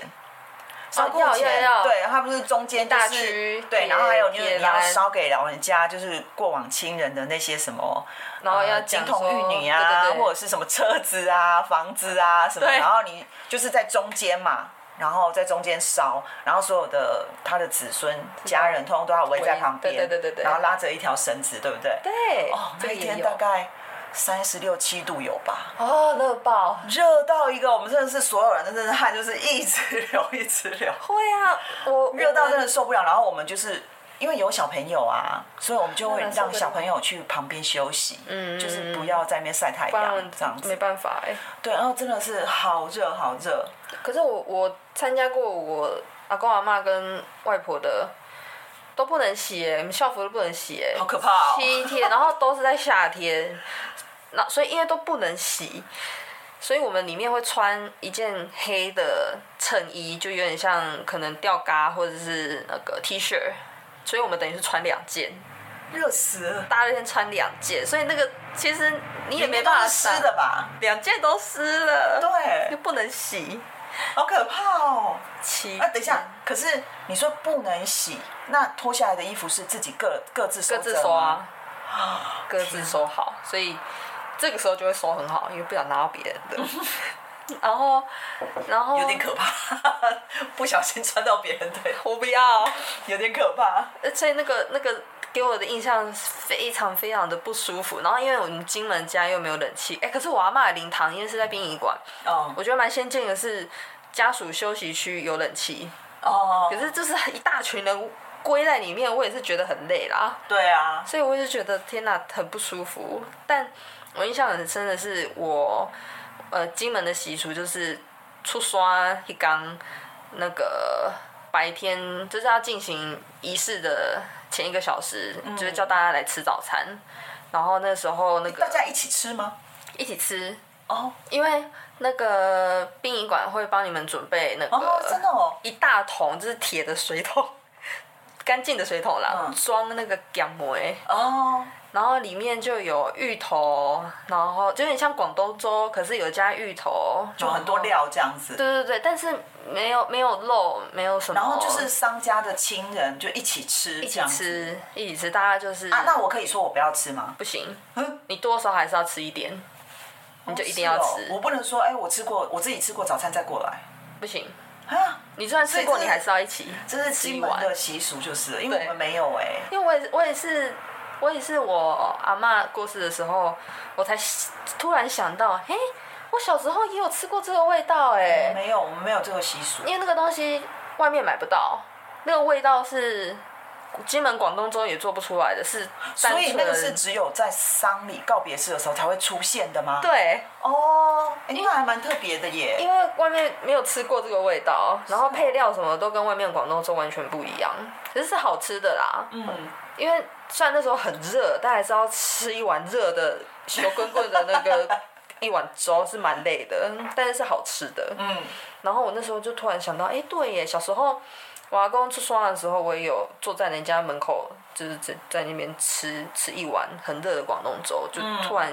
[SPEAKER 2] 烧库
[SPEAKER 1] 哦要
[SPEAKER 2] 钱，
[SPEAKER 1] 要要
[SPEAKER 2] 对，它不是中间就
[SPEAKER 1] 大
[SPEAKER 2] 是
[SPEAKER 1] 区
[SPEAKER 2] 对，
[SPEAKER 1] 铁
[SPEAKER 2] 然后还有就是
[SPEAKER 1] 铁
[SPEAKER 2] 你要
[SPEAKER 1] 栏
[SPEAKER 2] 烧给老人家，就是过往亲人的那些什么
[SPEAKER 1] 然哦后要
[SPEAKER 2] 呃金
[SPEAKER 1] 讲
[SPEAKER 2] 童玉
[SPEAKER 1] 说
[SPEAKER 2] 女啊，
[SPEAKER 1] 对对对
[SPEAKER 2] 或者是什么车子啊、房子啊什么，
[SPEAKER 1] 对
[SPEAKER 2] 然后你就是在中间嘛，然后在中间烧，然后所有的他的子孙家人通通都要围在
[SPEAKER 1] 围
[SPEAKER 2] 旁边，
[SPEAKER 1] 对对对对对
[SPEAKER 2] 然后拉着一条绳子，对不对？
[SPEAKER 1] 对，
[SPEAKER 2] 哦，
[SPEAKER 1] 这
[SPEAKER 2] 那
[SPEAKER 1] 个
[SPEAKER 2] 一
[SPEAKER 1] 也
[SPEAKER 2] 天
[SPEAKER 1] 有
[SPEAKER 2] 大概三十六七度有吧，
[SPEAKER 1] 哦，热爆！
[SPEAKER 2] 热到一个我们真的是所有人真的是汗就是一直流一直流，
[SPEAKER 1] 会啊，我
[SPEAKER 2] 热到真
[SPEAKER 1] 这
[SPEAKER 2] 的受不了。然后我们就是因为有小朋友啊，所以我们就会
[SPEAKER 1] 当然受不
[SPEAKER 2] 让
[SPEAKER 1] 了
[SPEAKER 2] 小朋友去旁边休息，
[SPEAKER 1] 嗯
[SPEAKER 2] 就是不要在那边晒太
[SPEAKER 1] 不然
[SPEAKER 2] 阳这样
[SPEAKER 1] 没
[SPEAKER 2] 子。
[SPEAKER 1] 办法哎、
[SPEAKER 2] 对，然后真的是好热好热，
[SPEAKER 1] 可是我我参加过我阿公阿妈跟外婆的，都不能洗、欸，校服都不能洗、欸，
[SPEAKER 2] 好可怕哦！
[SPEAKER 1] 七天，然后都是在夏天，那所以因为都不能洗，所以我们里面会穿一件黑的衬衣，就有点像可能吊嘎或者是那个 T 恤，所以我们等于是穿两件，
[SPEAKER 2] 热死了，
[SPEAKER 1] 大热天穿两件，所以那个其实你也没
[SPEAKER 2] 里面
[SPEAKER 1] 办
[SPEAKER 2] 都
[SPEAKER 1] 法
[SPEAKER 2] 是湿的吧？
[SPEAKER 1] 晒，两件都湿了，又
[SPEAKER 2] 对，
[SPEAKER 1] 不能洗，
[SPEAKER 2] 好可怕哦！
[SPEAKER 1] 七
[SPEAKER 2] 啊，等一下，可是你说不能洗，那脱下来的衣服是自己各各自收
[SPEAKER 1] 各自
[SPEAKER 2] 折
[SPEAKER 1] 收
[SPEAKER 2] 吗？
[SPEAKER 1] 啊， 各自收好，所以这个时候就会收很好，因为不想拿到别人 的。然后，然后
[SPEAKER 2] 有点可怕， 不小心穿到别人的，
[SPEAKER 1] 我不要，
[SPEAKER 2] 有点可怕。
[SPEAKER 1] 而且那个那个给我的印象非常非常的不舒服。然后因为我们金门家又没有冷气，哎、可是我阿妈的灵堂因为是在殡仪馆，
[SPEAKER 2] 哦
[SPEAKER 1] 我觉得蛮先进的是家属休息区有冷气，
[SPEAKER 2] 哦
[SPEAKER 1] 可，是就是一大群人归在里面，我也是觉得很累啦。
[SPEAKER 2] 对啊，
[SPEAKER 1] 所以我就觉得天哪，很不舒服。但我印象很深的是我，呃，金门的习俗就是出刷一缸那个白天就是要进行仪式的前一个小时，
[SPEAKER 2] 嗯
[SPEAKER 1] 就是叫大家来吃早餐。然后那时候那
[SPEAKER 2] 大
[SPEAKER 1] 个
[SPEAKER 2] 家一起吃吗？
[SPEAKER 1] 一起吃，
[SPEAKER 2] 哦
[SPEAKER 1] 因为那个殡仪馆会帮你们准备那
[SPEAKER 2] 哦，
[SPEAKER 1] 个
[SPEAKER 2] 真的哦，
[SPEAKER 1] 一大桶，就是铁的水桶， 干净的水桶啦，
[SPEAKER 2] 嗯
[SPEAKER 1] 装那个姜母哎。
[SPEAKER 2] 哦
[SPEAKER 1] 然后里面就有芋头，然后就有点像广东粥，可是有加芋头，
[SPEAKER 2] 就很多
[SPEAKER 1] 然后。
[SPEAKER 2] 料这样子。
[SPEAKER 1] 对对对，但是没有没有肉，没有什么。
[SPEAKER 2] 然后就是商家的亲人就一起吃，
[SPEAKER 1] 一
[SPEAKER 2] 这
[SPEAKER 1] 起
[SPEAKER 2] 样子
[SPEAKER 1] 吃，一起吃，大家就是、
[SPEAKER 2] 啊。那我可以说我不要吃吗？
[SPEAKER 1] 不行，
[SPEAKER 2] 嗯
[SPEAKER 1] 你多少还是要吃一点，你就一定要
[SPEAKER 2] 是哦
[SPEAKER 1] 吃，
[SPEAKER 2] 我不能说哎，我吃过，我自己吃过早餐再过来
[SPEAKER 1] 不行，
[SPEAKER 2] 啊。
[SPEAKER 1] 你就算吃
[SPEAKER 2] 所以
[SPEAKER 1] 过，
[SPEAKER 2] 这
[SPEAKER 1] 你
[SPEAKER 2] 是
[SPEAKER 1] 还是要一起
[SPEAKER 2] 这是
[SPEAKER 1] 吃
[SPEAKER 2] 金
[SPEAKER 1] 一
[SPEAKER 2] 门
[SPEAKER 1] 碗。
[SPEAKER 2] 的习俗，就是了因为我
[SPEAKER 1] 对
[SPEAKER 2] 们没有哎、
[SPEAKER 1] 因为我也是我也是我也是我阿嬷过世的时候，我才突然想到，嘿，我小时候也有吃过这个味道哎、
[SPEAKER 2] 没有，我们没有这个习俗。
[SPEAKER 1] 因为那个东西外面买不到，那个味道是金门广东粥也做不出来的，是单
[SPEAKER 2] 所以那个
[SPEAKER 1] 纯
[SPEAKER 2] 是只有在丧礼告别式的时候才会出现的吗？
[SPEAKER 1] 对，
[SPEAKER 2] 哦，哎、那还蛮特别的耶。
[SPEAKER 1] 因为外面没有吃过这个味道，然后配料什么都跟外面广东粥完全不一样，可是是好吃的啦。
[SPEAKER 2] 嗯，
[SPEAKER 1] 因为虽然那时候很热，但还是要吃一碗热的油滚滚的那个 一碗粥是蛮累的，但是是好吃的。
[SPEAKER 2] 嗯，
[SPEAKER 1] 然后我那时候就突然想到，哎、对耶，小时候我阿公出刷的时候，我也有坐在人家门口，就是在在那边吃吃一碗很热的广东粥，就
[SPEAKER 2] 嗯
[SPEAKER 1] 突然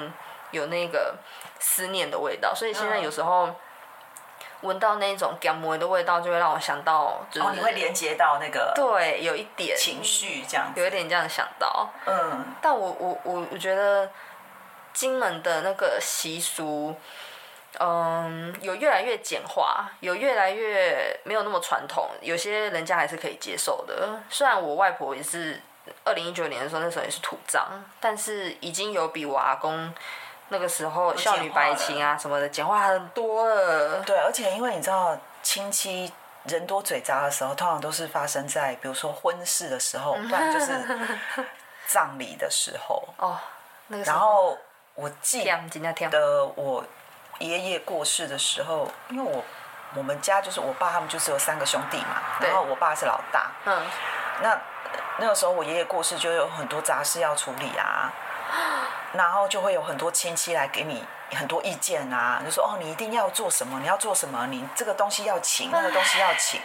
[SPEAKER 1] 有那个思念的味道。所以现在
[SPEAKER 2] 嗯
[SPEAKER 1] 有时候闻到那种姜母的味道，就会让我想到，就是、
[SPEAKER 2] 哦，你会连接到那个
[SPEAKER 1] 对，有一点
[SPEAKER 2] 情绪这样
[SPEAKER 1] 有
[SPEAKER 2] 子。
[SPEAKER 1] 一点这样想到。
[SPEAKER 2] 嗯，
[SPEAKER 1] 但我我我我觉得金门的那个习俗，嗯，有越来越简化，有越来越没有那么传统，有些人家还是可以接受的。虽然我外婆也是二零一九年的时候，那时候也是土葬，但是已经有比我阿公。那个时候，
[SPEAKER 2] 简
[SPEAKER 1] 孝
[SPEAKER 2] 化
[SPEAKER 1] 女白琴啊什么的，简化很多了。
[SPEAKER 2] 对，而且因为你知道亲戚。人多嘴杂的时候，通常都是发生在比如说婚事的时候，不然就是 葬礼的时候。
[SPEAKER 1] 哦，那个时
[SPEAKER 2] 然
[SPEAKER 1] 候，
[SPEAKER 2] 后我记
[SPEAKER 1] 天，真的天，
[SPEAKER 2] 的我爷爷过世的时候，因为我我们家就是我爸他们就是有三个兄弟嘛，
[SPEAKER 1] 对
[SPEAKER 2] 然后我爸是老大，
[SPEAKER 1] 嗯，
[SPEAKER 2] 那那个时候我爷爷过世就有很多杂事要处理啊，然后就会有很多亲戚来给你很多意见啊，就说哦你一定要做什么，你要做什么，你这个东西要请，那个东西要请。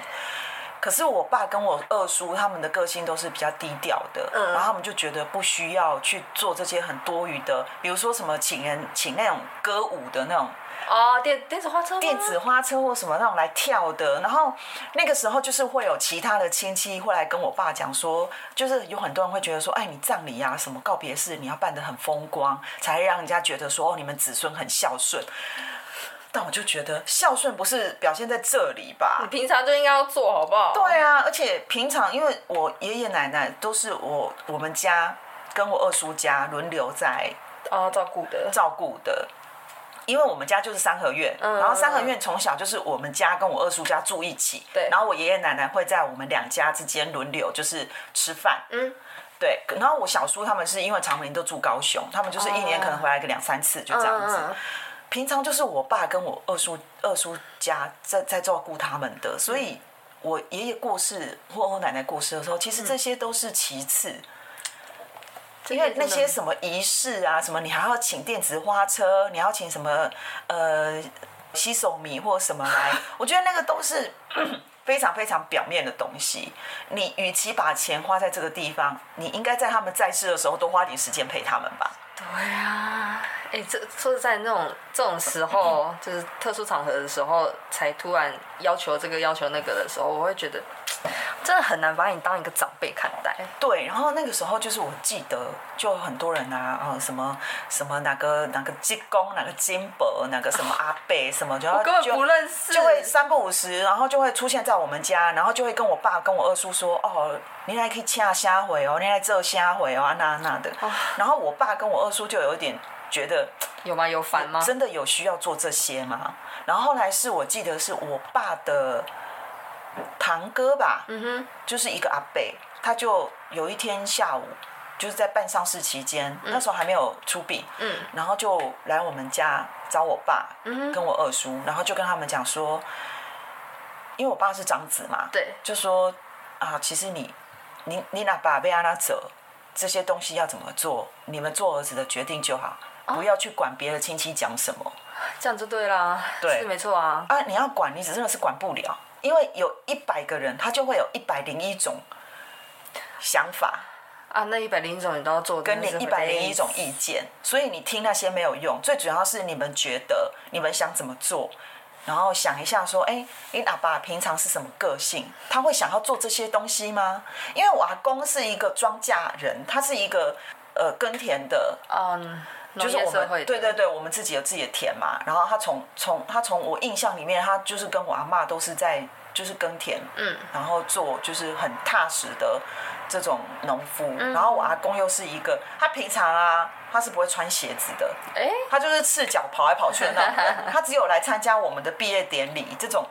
[SPEAKER 2] 可是我爸跟我二叔他们的个性都是比较低调的，
[SPEAKER 1] 嗯
[SPEAKER 2] 然后他们就觉得不需要去做这些很多余的，比如说什么请人请那种歌舞的那种
[SPEAKER 1] 哦，电电子花车吗，
[SPEAKER 2] 电子花车或什么那种来跳的，然后那个时候就是会有其他的亲戚会来跟我爸讲说，就是有很多人会觉得说，哎，你葬礼啊，什么告别式，你要办得很风光，才让人家觉得说，哦，你们子孙很孝顺。但我就觉得孝顺不是表现在这里吧
[SPEAKER 1] 你？平常就应该要做好不好？
[SPEAKER 2] 对啊，而且平常因为我爷爷奶奶都是我我们家跟我二叔家轮流在
[SPEAKER 1] 哦，照顾的，
[SPEAKER 2] 照顾的。因为我们家就是三合院，
[SPEAKER 1] 嗯
[SPEAKER 2] 然后三合院从小就是我们家跟我二叔家住一起，
[SPEAKER 1] 对
[SPEAKER 2] 然后我爷爷奶奶会在我们两家之间轮流就是吃饭，
[SPEAKER 1] 嗯，
[SPEAKER 2] 对。然后我小叔他们是因为常年都住高雄，他们就是一年
[SPEAKER 1] 哦
[SPEAKER 2] 可能回来个两三次，就
[SPEAKER 1] 嗯
[SPEAKER 2] 这样
[SPEAKER 1] 嗯
[SPEAKER 2] 子。
[SPEAKER 1] 嗯
[SPEAKER 2] 平常就是我爸跟我二叔二叔家在在照顾他们的，所
[SPEAKER 1] 嗯
[SPEAKER 2] 以我爷爷过世或我奶奶过世的时候，其
[SPEAKER 1] 嗯
[SPEAKER 2] 实这些都是其次。因为那些什么仪式啊，什么你还要请电子花车，你要请什么呃洗手米或什 么来，我觉得那个都是 非常非常表面的东西。你与其把钱花在这个地方，你应该在他们在世的时候多花点时间陪他们吧。
[SPEAKER 1] 对啊，哎、这说实在，那种这种时候，就是特殊场合的时候，才突然要求这个要求那个的时候，我会觉得真的很难把你当一个长辈看待。
[SPEAKER 2] 对，然后那个时候就是我记得，就很多人啊，呃，什么什么哪个哪个济公，哪个金伯，哪个什么阿贝，什么就要
[SPEAKER 1] 我根本
[SPEAKER 2] 就
[SPEAKER 1] 不认识
[SPEAKER 2] 就会三不五时，然后就会出现在我们家，然后就会跟我爸跟我二叔说，哦，你来可以掐虾回哦，你来这虾回哦，啊那那的
[SPEAKER 1] 哦，
[SPEAKER 2] 然后我爸跟我二叔就有一点觉得。
[SPEAKER 1] 有吗？有烦吗？
[SPEAKER 2] 真的有需要做这些吗？然后后来是我记得是我爸的堂哥吧，嗯
[SPEAKER 1] 哼，
[SPEAKER 2] 就是一个阿伯，他就有一天下午就是在办丧事期间，那时候还没有出殡，
[SPEAKER 1] 嗯，
[SPEAKER 2] 然后就来我们家找我爸，嗯，跟我二叔，然后就跟他们讲说，因为我爸是长子嘛，
[SPEAKER 1] 对
[SPEAKER 2] 就说啊，其实你你你哪把被安娜走，这些东西要怎么做，你们做儿子的决定就好，不要去管别的亲戚讲什么
[SPEAKER 1] 这样就对啦，
[SPEAKER 2] 对
[SPEAKER 1] 是没错啊。
[SPEAKER 2] 啊！你要管，你真的是管不了，因为有一百个人，他就会有一百零一种想法
[SPEAKER 1] 啊，那一百零一种你都要做，
[SPEAKER 2] 跟你
[SPEAKER 1] 真的
[SPEAKER 2] 一
[SPEAKER 1] 是
[SPEAKER 2] 百
[SPEAKER 1] 会
[SPEAKER 2] 零一种意见，所以你听那些没有用，最主要是你们觉得你们想怎么做。然后想一下，说，哎，你阿爸平常是什么个性？他会想要做这些东西吗？因为我阿公是一个庄稼人，他是一个呃耕田的，
[SPEAKER 1] 嗯，农
[SPEAKER 2] 就是
[SPEAKER 1] 业
[SPEAKER 2] 我
[SPEAKER 1] 社会
[SPEAKER 2] 们
[SPEAKER 1] 的
[SPEAKER 2] 对对对，我们自己有自己的田嘛。然后他从从他从我印象里面，他就是跟我阿嬷都是在就是耕田，
[SPEAKER 1] 嗯，
[SPEAKER 2] 然后做就是很踏实的这种农夫。
[SPEAKER 1] 嗯
[SPEAKER 2] 然后我阿公又是一个，他平常啊他是不会穿鞋子的，
[SPEAKER 1] 哎、
[SPEAKER 2] 他就是赤脚跑来跑去的那种 人。他只有来参加我们的毕业典礼这种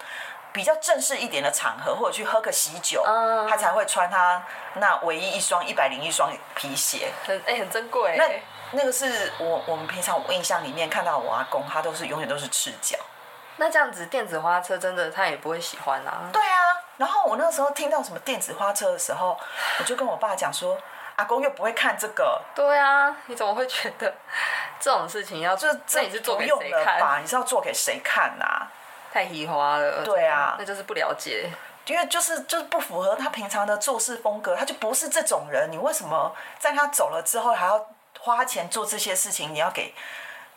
[SPEAKER 2] 比较正式一点的场合，或者去喝个喜酒，
[SPEAKER 1] 嗯
[SPEAKER 2] 他才会穿他那唯一一双一百零一双皮鞋。
[SPEAKER 1] 很哎、很珍贵、
[SPEAKER 2] 那那个是我我们平常我印象里面看到我阿公，他都是永远都是赤脚。
[SPEAKER 1] 那这样子电子花车真的他也不会喜欢啊。
[SPEAKER 2] 对啊，然后我那个时候听到什么电子花车的时候，我就跟我爸讲说，阿公又不会看这个，
[SPEAKER 1] 对啊，你怎么会觉得这种事情要
[SPEAKER 2] 这
[SPEAKER 1] 那
[SPEAKER 2] 这
[SPEAKER 1] 你是做
[SPEAKER 2] 不
[SPEAKER 1] 给
[SPEAKER 2] 用
[SPEAKER 1] 谁
[SPEAKER 2] 了
[SPEAKER 1] 看？
[SPEAKER 2] 吧？你是要做给谁看呐、啊？
[SPEAKER 1] 太移花了。
[SPEAKER 2] 对啊
[SPEAKER 1] 那就是不了解。
[SPEAKER 2] 因为就是就是不符合他平常的做事风格，他就不是这种人。你为什么在他走了之后还要花钱做这些事情？你要给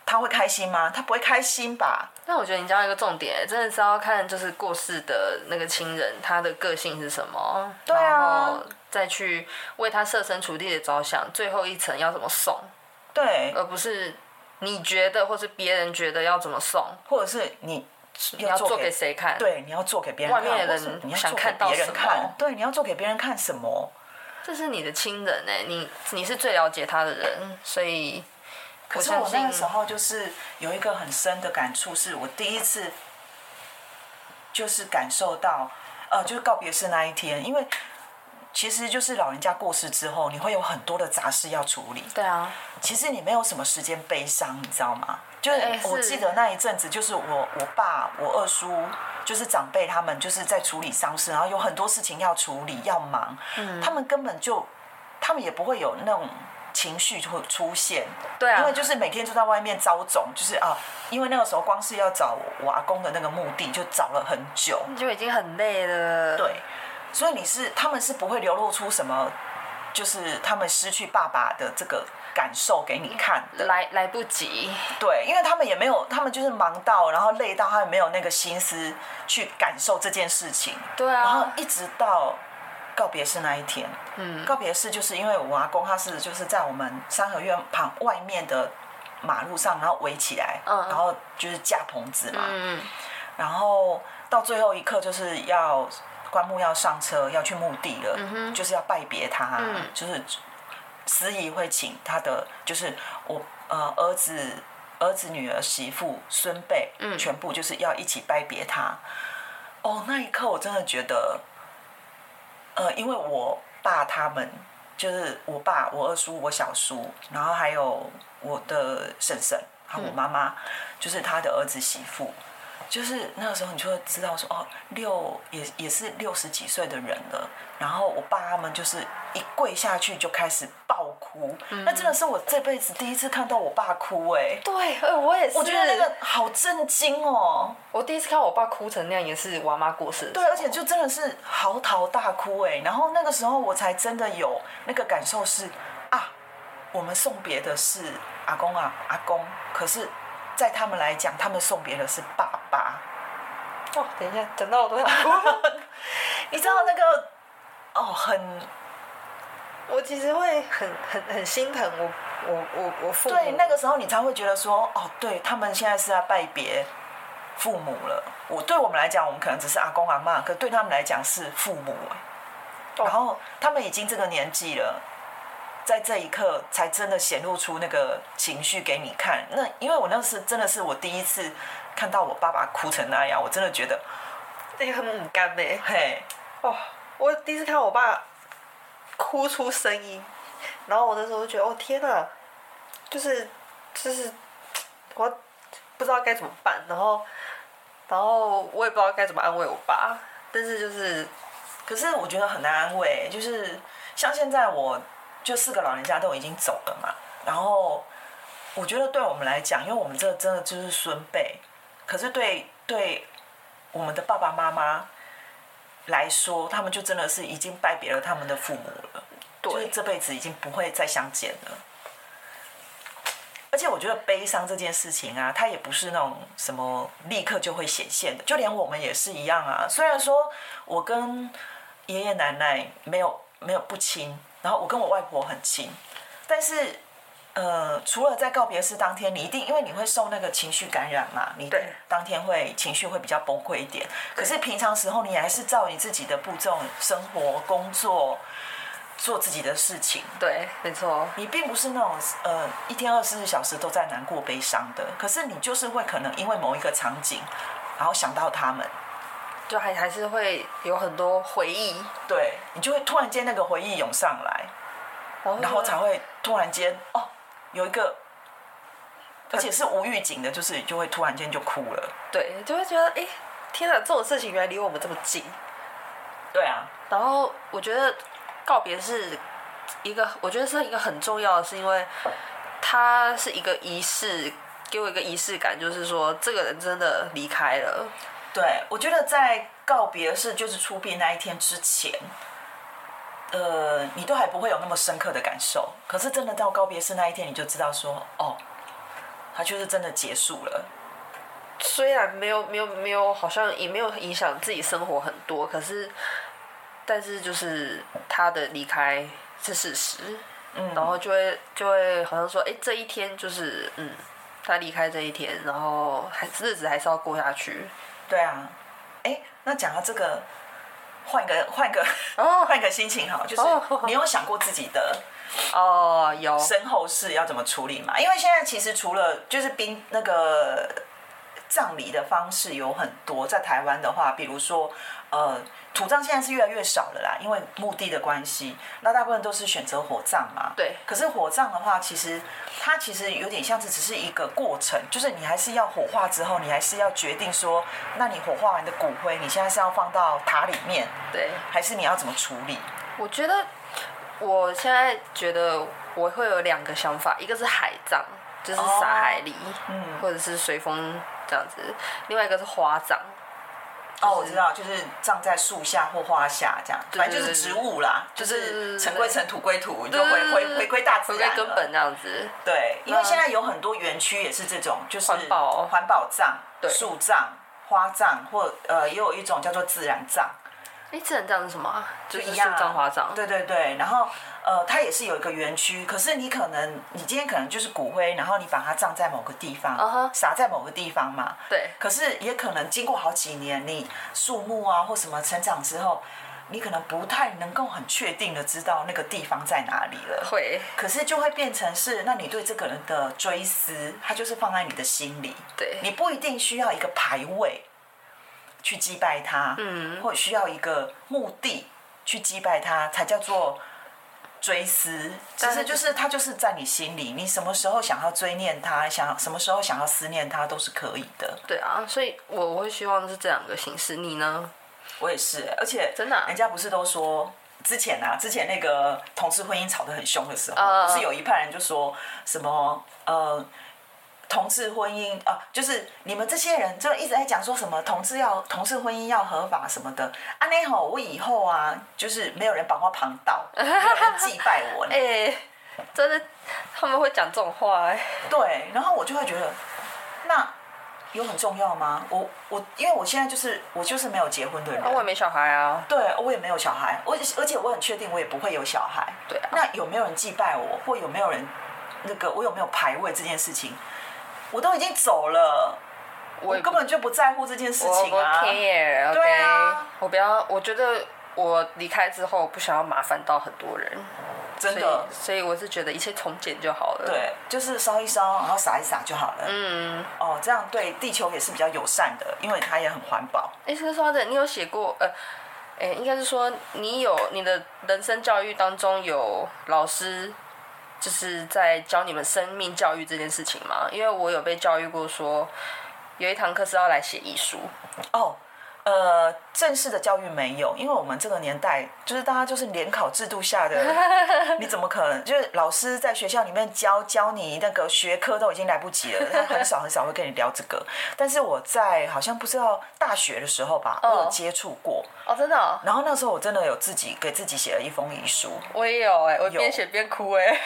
[SPEAKER 2] 他会开心吗？他不会开心吧？
[SPEAKER 1] 那我觉得你讲到一个重点，真的是要看就是过世的那个亲人他的个性是什么，
[SPEAKER 2] 对啊
[SPEAKER 1] 然后再去为他设身处地的着想，最后一层要怎么送，
[SPEAKER 2] 对，
[SPEAKER 1] 而不是你觉得或是别人觉得要怎么送，
[SPEAKER 2] 或者是你
[SPEAKER 1] 你要做给谁看？
[SPEAKER 2] 对，你要做给别人
[SPEAKER 1] 外
[SPEAKER 2] 看，
[SPEAKER 1] 面的
[SPEAKER 2] 或是
[SPEAKER 1] 人
[SPEAKER 2] 你要
[SPEAKER 1] 想
[SPEAKER 2] 做给
[SPEAKER 1] 看到
[SPEAKER 2] 别人
[SPEAKER 1] 什
[SPEAKER 2] 看
[SPEAKER 1] 么，
[SPEAKER 2] 对，你要做给别人看什么？
[SPEAKER 1] 这是你的亲人哎、你你是最了解他的人，所以
[SPEAKER 2] 可是
[SPEAKER 1] 相
[SPEAKER 2] 我那个
[SPEAKER 1] 信
[SPEAKER 2] 时候就是有一个很深的感触，是我第一次就是感受到，呃，就是告别式那一天，因为其实就是老人家过世之后，你会有很多的杂事要处理，
[SPEAKER 1] 对啊，
[SPEAKER 2] 其实你没有什么时间悲伤，你知道吗？就是
[SPEAKER 1] 哎是
[SPEAKER 2] 我记得那一阵子，就是我我爸、我二叔，就是长辈他们就是在处理丧事，然后有很多事情要处理要忙，
[SPEAKER 1] 嗯
[SPEAKER 2] 他们根本就他们也不会有那种情绪会出现，
[SPEAKER 1] 对啊
[SPEAKER 2] 因为就是每天就在外面招总，就是啊，因为那个时候光是要找我我阿公的那个墓地就找了很久，
[SPEAKER 1] 就已经很累了。
[SPEAKER 2] 对，所以你是他们是不会流露出什么，就是他们失去爸爸的这个感受给你看的。
[SPEAKER 1] 来来不及，
[SPEAKER 2] 对，因为他们也没有，他们就是忙到，然后累到，他们没有那个心思去感受这件事情。
[SPEAKER 1] 对
[SPEAKER 2] 然后
[SPEAKER 1] 啊，
[SPEAKER 2] 一直到告别式那一天，
[SPEAKER 1] 嗯，
[SPEAKER 2] 告别式就是因为我阿公他是就是在我们三合院旁外面的马路上，然后围起来，
[SPEAKER 1] 嗯嗯
[SPEAKER 2] 然后就是架棚子嘛，
[SPEAKER 1] 嗯，
[SPEAKER 2] 然后到最后一刻就是要棺木要上车要去墓地了，就是要拜别他，
[SPEAKER 1] 嗯
[SPEAKER 2] 就是司仪会请他的，就是我呃儿子、儿子、女儿、媳妇、孙辈，嗯，全部就是要一起拜别他。哦，那一刻我真的觉得，呃，因为我爸他们就是我爸、我二叔、我小叔，然后还有我的婶婶还有我妈妈，就是他的儿子媳妇。就是那个时候，你就会知道说，哦，六也也是六十几岁的人了。然后我爸他们就是一跪下去就开始爆哭，那真的是我这辈子第一次看到我爸哭哎、
[SPEAKER 1] 对，呃我也是。
[SPEAKER 2] 我觉得那个好震惊哦，
[SPEAKER 1] 我第一次看我爸哭成那样，也是我阿妈过世的时
[SPEAKER 2] 对，
[SPEAKER 1] 候。
[SPEAKER 2] 而且就真的是嚎啕大哭哎、然后那个时候我才真的有那个感受是啊，我们送别的是阿公啊阿公，可是，在他们来讲，他们送别的是爸爸。
[SPEAKER 1] 哇，等一下，讲到我都想哭。
[SPEAKER 2] 你知道那个哦，很
[SPEAKER 1] 我其实会很很很心疼我我我我父母。
[SPEAKER 2] 对，那个时候你才会觉得说，哦，对他们现在是在拜别父母了。我对我们来讲，我们可能只是阿公阿妈，可对他们来讲是父母、欸
[SPEAKER 1] 哦
[SPEAKER 2] 然后他们已经这个年纪了，在这一刻才真的显露出那个情绪给你看。那因为我那是真的是我第一次看到我爸爸哭成那样，我真的觉得，
[SPEAKER 1] 也很母干呗。
[SPEAKER 2] 嘿，
[SPEAKER 1] 哦，我第一次看我爸哭出声音，然后我那时候就觉得，哦天哪、就是就是我不知道该怎么办，然后然后我也不知道该怎么安慰我爸，但是就是
[SPEAKER 2] 可是我觉得很难安慰，就是像现在我就四个老人家都已经走了嘛，然后我觉得对我们来讲，因为我们这真的就是孙辈，可是对对我们的爸爸妈妈来说，他们就真的是已经拜别了他们的父母了，就是
[SPEAKER 1] 对，
[SPEAKER 2] 这辈子已经不会再相见了。而且我觉得悲伤这件事情啊，它也不是那种什么立刻就会显现的，就连我们也是一样啊。虽然说我跟爷爷奶奶没有没有不亲，然后我跟我外婆很亲，但是呃，除了在告别式当天，你一定因为你会受那个情绪感染嘛，你一定
[SPEAKER 1] 对
[SPEAKER 2] 当天会情绪会比较崩溃一点。可是平常时候你还是照你自己的步骤生活、工作，做自己的事情。
[SPEAKER 1] 对，没错，
[SPEAKER 2] 你并不是那种呃一天二十四小时都在难过悲伤的，可是你就是会可能因为某一个场景，然后想到他们，
[SPEAKER 1] 就还还是会有很多回忆，
[SPEAKER 2] 对你就会突然间那个回忆涌上来，
[SPEAKER 1] 然后
[SPEAKER 2] 然后才
[SPEAKER 1] 会
[SPEAKER 2] 会突然间哦有一个，而且是无预警的，就是就会突然间就哭了。
[SPEAKER 1] 对，就会觉得，哎、天哪，这种事情原来离我们这么近。
[SPEAKER 2] 对啊，
[SPEAKER 1] 然后我觉得告别是一个，我觉得是一个很重要的，是因为它是一个仪式，给我一个仪式感，就是说这个人真的离开了。
[SPEAKER 2] 对，我觉得在告别式就是出殡那一天之前，呃，你都还不会有那么深刻的感受。可是真的到告别式那一天，你就知道说，哦，他就是真的结束了。
[SPEAKER 1] 虽然没有没有没有，好像也没有影响自己生活很多，可是但是就是他的离开是事实，
[SPEAKER 2] 嗯
[SPEAKER 1] 然后就会就会好像说，哎、这一天就是嗯，他离开这一天，然后还日子还是要过下去。
[SPEAKER 2] 对啊，哎，那讲到这个，换一个换一个
[SPEAKER 1] 哦
[SPEAKER 2] 换一个心情好，就是
[SPEAKER 1] 哦
[SPEAKER 2] 你有想过自己的
[SPEAKER 1] 哦，有
[SPEAKER 2] 身后事要怎么处理嘛？因为现在其实除了就是殡那个葬礼的方式有很多，在台湾的话，比如说呃，土葬现在是越来越少了啦，因为墓地的关系，那大部分都是选择火葬嘛。
[SPEAKER 1] 对
[SPEAKER 2] 可是火葬的话，其实它其实有点像是只是一个过程，就是你还是要火化之后，你还是要决定说，那你火化完的骨灰，你现在是要放到塔里面，
[SPEAKER 1] 对。
[SPEAKER 2] 还是你要怎么处理？
[SPEAKER 1] 我觉得我现在觉得我会有两个想法，一个是海葬，就是撒海里，
[SPEAKER 2] 哦嗯
[SPEAKER 1] 或者是随风这样子；，另外一个是花葬，
[SPEAKER 2] 哦，我知道，就是葬在树下或花下这样，
[SPEAKER 1] 对
[SPEAKER 2] 反正就是植物啦，就
[SPEAKER 1] 对对对
[SPEAKER 2] 是
[SPEAKER 1] 对
[SPEAKER 2] 尘归尘，土归土，你就
[SPEAKER 1] 对对
[SPEAKER 2] 回
[SPEAKER 1] 对
[SPEAKER 2] 回
[SPEAKER 1] 对
[SPEAKER 2] 回归大自
[SPEAKER 1] 回
[SPEAKER 2] 然
[SPEAKER 1] 归
[SPEAKER 2] 了
[SPEAKER 1] 根本这样子。
[SPEAKER 2] 对，因为
[SPEAKER 1] 那
[SPEAKER 2] 现在有很多园区也是这种，就是
[SPEAKER 1] 环保哦
[SPEAKER 2] 环保葬、
[SPEAKER 1] 对
[SPEAKER 2] 树葬、花葬，或呃，也有一种叫做自然葬，
[SPEAKER 1] 哎，自然葬是什么啊？就
[SPEAKER 2] 就是一
[SPEAKER 1] 树
[SPEAKER 2] 样啊
[SPEAKER 1] 葬、花葬。
[SPEAKER 2] 对对对，然后呃，它也是有一个园区，可是你可能你今天可能就是骨灰，然后你把它葬在某个地方
[SPEAKER 1] 嗯哼
[SPEAKER 2] 撒在某个地方嘛，
[SPEAKER 1] 对
[SPEAKER 2] 可是也可能经过好几年，你树木啊或什么成长之后，你可能不太能够很确定的知道那个地方在哪里了。
[SPEAKER 1] 会，
[SPEAKER 2] 可是就会变成是，那你对这个人的追思，他就是放在你的心里，
[SPEAKER 1] 对，
[SPEAKER 2] 你不一定需要一个牌位去击败他，
[SPEAKER 1] 嗯
[SPEAKER 2] 或需要一个目的去击败他，才叫做追思。其
[SPEAKER 1] 但
[SPEAKER 2] 实
[SPEAKER 1] 是
[SPEAKER 2] 就是他就是在你心里，你什么时候想要追念他，想什么时候想要思念他，都是可以的。
[SPEAKER 1] 对啊，所以我我会希望是这两个形式。你呢？
[SPEAKER 2] 我也是，欸而且
[SPEAKER 1] 真的啊
[SPEAKER 2] 人家不是都说。之前啊，之前那个同志婚姻吵得很凶的时候，
[SPEAKER 1] 嗯
[SPEAKER 2] 不是有一派人就说什么呃，同志婚姻啊、就是你们这些人就一直在讲说什么同志要同志婚姻要合法什么的。啊，那吼，我以后啊，就是没有人把我旁 道，没有人祭拜我呢。
[SPEAKER 1] 哎、真的，他们会讲这种话、哎
[SPEAKER 2] 对，然后我就会觉得，那有很重要吗？我我因为我现在就是我就是没有结婚的人，
[SPEAKER 1] 啊，我也没小孩啊，
[SPEAKER 2] 对，我也没有小孩，我而且我很确定我也不会有小孩。
[SPEAKER 1] 对啊，
[SPEAKER 2] 那有没有人祭拜我，或有没有人那个我有没有排位这件事情，我都已经走了，我
[SPEAKER 1] 也
[SPEAKER 2] 根本就不在乎这件事
[SPEAKER 1] 我
[SPEAKER 2] 情
[SPEAKER 1] 不
[SPEAKER 2] 啊。
[SPEAKER 1] care，OK，、
[SPEAKER 2] 对啊
[SPEAKER 1] 我不要，我觉得我离开之后不想要麻烦到很多人，
[SPEAKER 2] 真
[SPEAKER 1] 所
[SPEAKER 2] 的
[SPEAKER 1] 以，所以我是觉得一切从简就好了。，
[SPEAKER 2] 对，就是烧一烧，然后撒一撒就好了。
[SPEAKER 1] 嗯，
[SPEAKER 2] 哦，这样对地球也是比较友善的，因为它也很环保。
[SPEAKER 1] 哎、说说到这，你有写过呃，哎、应该是说你有你的人生教育当中有老师。就是在教你们生命教育这件事情吗？因为我有被教育过说有一堂课是要来写遗书，
[SPEAKER 2] 哦，呃，正式的教育没有，因为我们这个年代就是大家就是联考制度 下的，你怎么可能？就是老师在学校里面教教你那个学科都已经来不及了，他很少很少会跟你聊这个。但是我在好像不知道大学的时候吧，我有
[SPEAKER 1] 哦
[SPEAKER 2] 接触过，
[SPEAKER 1] 哦，真的哦、
[SPEAKER 2] 然后那时候我真的有自己给自己写了一封遗书，
[SPEAKER 1] 我也有哎、我
[SPEAKER 2] 有
[SPEAKER 1] 边写边哭哎、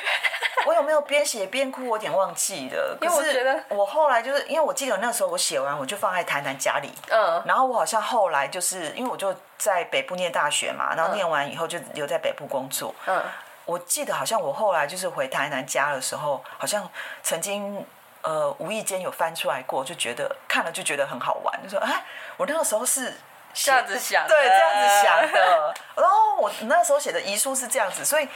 [SPEAKER 2] 我有没有边写边哭？我有点忘记了。可
[SPEAKER 1] 因为我
[SPEAKER 2] 是
[SPEAKER 1] 觉得
[SPEAKER 2] 我后来就是因为我记得那时候我写完我就放在谈谈家里，
[SPEAKER 1] 嗯，
[SPEAKER 2] 然后我好像后来就是因为我就在北部念大学嘛，然后念完以后就留在北部工作。
[SPEAKER 1] 嗯，
[SPEAKER 2] 我记得好像我后来就是回台南家的时候，好像曾经呃无意间有翻出来过，就觉得看了就觉得很好玩，就说哎，我那个时候是
[SPEAKER 1] 这样子想的，
[SPEAKER 2] 对，这样子想的。 然后我那时候写的遗书是这样子，所以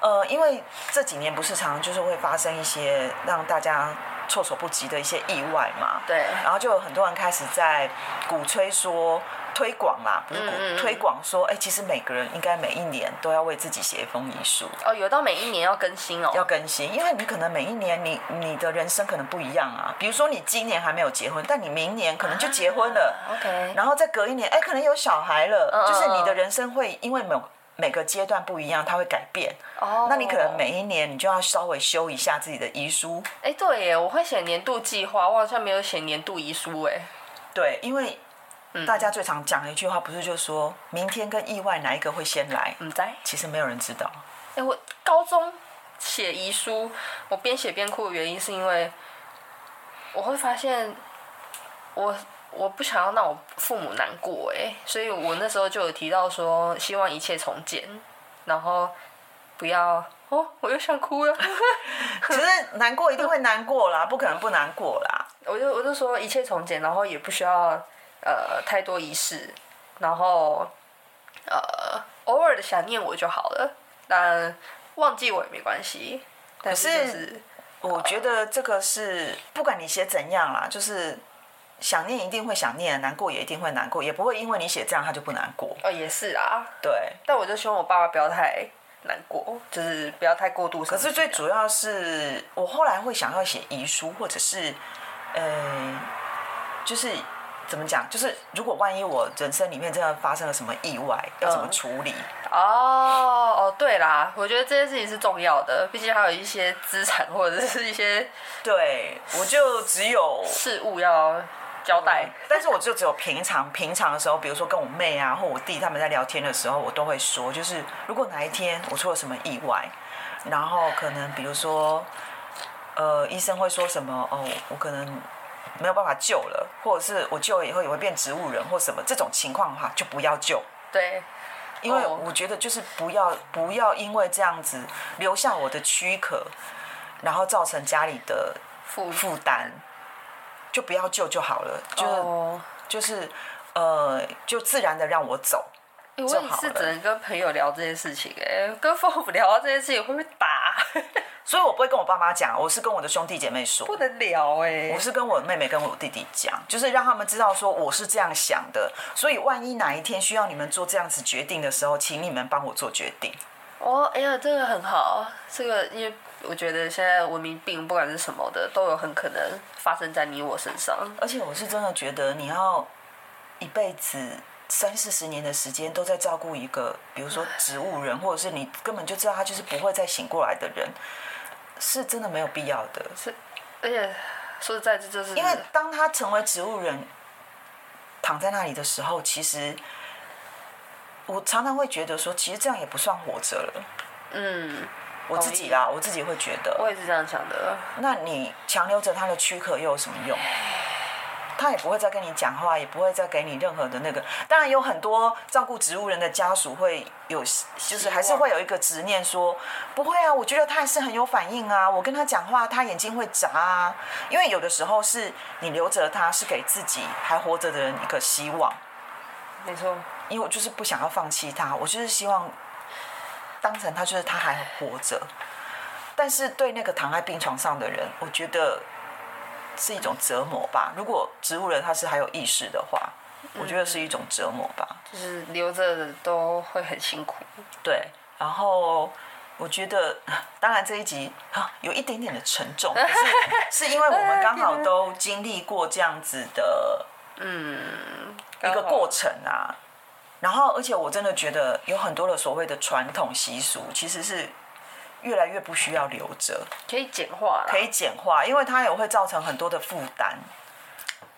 [SPEAKER 2] 呃，因为这几年不是常常就是会发生一些让大家措手不及的一些意外嘛，
[SPEAKER 1] 对
[SPEAKER 2] 然后就有很多人开始在鼓吹说。推广啦，不是鼓
[SPEAKER 1] 嗯嗯嗯
[SPEAKER 2] 推广说，哎、其实每个人应该每一年都要为自己写一封遗书，
[SPEAKER 1] 哦，有到每一年要更新
[SPEAKER 2] 要
[SPEAKER 1] 哦。
[SPEAKER 2] 更新，因为你可能每一年你你的人生可能不一样啊。比如说你今年还没有结婚，但你明年可能就结婚了。
[SPEAKER 1] 啊 OK，
[SPEAKER 2] 然后再隔一年，哎，可能有小孩了，
[SPEAKER 1] 嗯嗯嗯
[SPEAKER 2] 就是你的人生会因为每每个阶段不一样，它会改变。
[SPEAKER 1] 哦，
[SPEAKER 2] 那你可能每一年你就要稍微修一下自己的遗书，
[SPEAKER 1] 哎，对耶，我会写年度计划，我好像没有写年度遗书哎。
[SPEAKER 2] 对，因为
[SPEAKER 1] 嗯
[SPEAKER 2] 大家最常讲的一句话，不是就说明天跟意外哪一个会先来？
[SPEAKER 1] 嗯，在
[SPEAKER 2] 其实没有人知道。
[SPEAKER 1] 哎，我高中写遗书，我边写边哭的原因是因为我会发现我。我不想要让我父母难过哎，所以我那时候就有提到说，希望一切从简，然后不要哦，我又想哭了。
[SPEAKER 2] 其实难过一定会难过啦，不可能不难过啦。
[SPEAKER 1] 我就我就说一切从简，然后也不需要呃太多仪式，然后呃偶尔的想念我就好了，但忘记我也没关系。但是
[SPEAKER 2] 可
[SPEAKER 1] 就是是
[SPEAKER 2] 我觉得这个是不管你写怎样啦，就是想念一定会想念，难过也一定会难过，也不会因为你写这样他就不难过。
[SPEAKER 1] 哦也是啊，
[SPEAKER 2] 对，
[SPEAKER 1] 但我就希望我爸爸不要太难过，就是不要太过度
[SPEAKER 2] 可
[SPEAKER 1] 伤心。
[SPEAKER 2] 是最主要是我后来会想要写遗书，或者是，呃，就是怎么讲？就是如果万一我人生里面真的发生了什么意外，要怎么处理？
[SPEAKER 1] 哦哦对啦，我觉得这件事情是重要的，毕竟还有一些资产或者是一些
[SPEAKER 2] 对，我就只有。
[SPEAKER 1] 事物要交代。
[SPEAKER 2] 但是我就只有平常平常的时候，比如说跟我妹啊或我弟他们在聊天的时候，我都会说，就是如果哪一天我出了什么意外，然后可能比如说，呃，医生会说什么哦，我可能没有办法救了，或者是我救了以后也会变植物人或什么这种情况的话，就不要救。
[SPEAKER 1] 对，
[SPEAKER 2] 因为
[SPEAKER 1] 哦
[SPEAKER 2] 我觉得就是不要不要因为这样子留下我的躯壳，然后造成家里的
[SPEAKER 1] 负
[SPEAKER 2] 负担，就不要救就好了，就是、
[SPEAKER 1] 哦
[SPEAKER 2] 就是呃，就自然的让我走。
[SPEAKER 1] 欸
[SPEAKER 2] 就
[SPEAKER 1] 我也
[SPEAKER 2] 好
[SPEAKER 1] 是只
[SPEAKER 2] 了。
[SPEAKER 1] 能跟朋友聊这件事情、欸，哎，跟父母聊到这件事情会被打，
[SPEAKER 2] 所以我不会跟我爸妈讲，我是跟我的兄弟姐妹说
[SPEAKER 1] 不。能聊哎、
[SPEAKER 2] 我是跟我妹妹跟我弟弟讲，就是让他们知道说我是这样想的，所以万一哪一天需要你们做这样子决定的时候，请你们帮我做决定。
[SPEAKER 1] 哦，哎呀，这个很好，这个因为我觉得现在文明病不管是什么的，都有很可能发生在你我身上。
[SPEAKER 2] 而且我是真的觉得你要一辈子三四十年的时间都在照顾一个，比如说植物人，或者是你根本就知道他就是不会再醒过来的人，是真的没有必要的。
[SPEAKER 1] 是，而且说实在，这就是
[SPEAKER 2] 因为当他成为植物人，躺在那里的时候，其实我常常会觉得说，其实这样也不算活着了。
[SPEAKER 1] 嗯，
[SPEAKER 2] 我自己啦，我自己会觉得，
[SPEAKER 1] 我也是这样想的。
[SPEAKER 2] 那你强留着他的躯壳又有什么用？他也不会再跟你讲话，也不会再给你任何的那个。当然，有很多照顾植物人的家属会有，就是还是会有一个执念说，不会啊，我觉得他还是很有反应啊，我跟他讲话，他眼睛会眨啊。因为有的时候是你留着他，是给自己还活着的人一个希望。
[SPEAKER 1] 没错，
[SPEAKER 2] 因为我就是不想要放弃他，我就是希望当成他就是他还活着。但是对那个躺在病床上的人，我觉得是一种折磨吧。如果植物人他是还有意识的话，我觉得是一种折磨吧。
[SPEAKER 1] 就是留着的都会很辛苦。
[SPEAKER 2] 对，然后我觉得，当然这一集啊有一点点的沉重，可是是因为我们刚好都经历过这样子的一
[SPEAKER 1] 一
[SPEAKER 2] 个过程啊。然后，而且我真的觉得有很多的所谓的传统习俗，其实是越来越不需要留着，
[SPEAKER 1] 可以简化啦，
[SPEAKER 2] 可以简化，因为它也会造成很多的负担。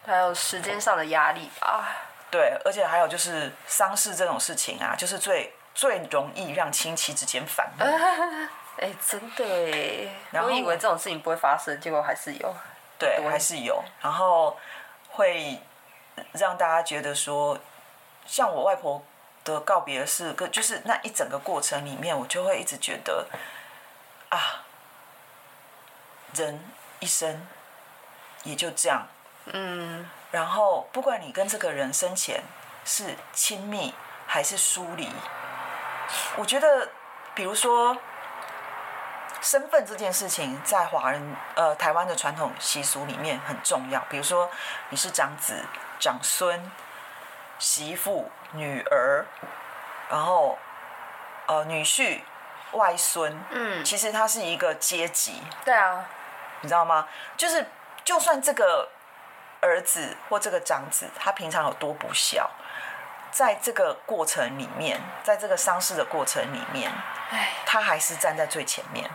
[SPEAKER 1] 还有时间上的压力吧。
[SPEAKER 2] 对，而且还有就是丧事这种事情啊，就是最最容易让亲戚之间反目。
[SPEAKER 1] 哎、真的哎，
[SPEAKER 2] 然后
[SPEAKER 1] 我以为这种事情不会发生，结果还是有。
[SPEAKER 2] 对，
[SPEAKER 1] 对
[SPEAKER 2] 还是有，然后会让大家觉得说，像我外婆的告别是个，就是那一整个过程里面，我就会一直觉得啊，人一生也就这样，
[SPEAKER 1] 嗯，
[SPEAKER 2] 然后不管你跟这个人生前是亲密还是疏离，我觉得，比如说身份这件事情，在华人呃台湾的传统习俗里面很重要。比如说你是长子、长孙、媳妇、女儿，然后呃女婿、外孙，
[SPEAKER 1] 嗯
[SPEAKER 2] 其实它是一个阶级，
[SPEAKER 1] 对啊，
[SPEAKER 2] 你知道吗？就是就算这个儿子或这个长子，他平常有多不孝，在这个过程里面，在这个丧事的过程里面，
[SPEAKER 1] 哎，
[SPEAKER 2] 他还是站在最前面。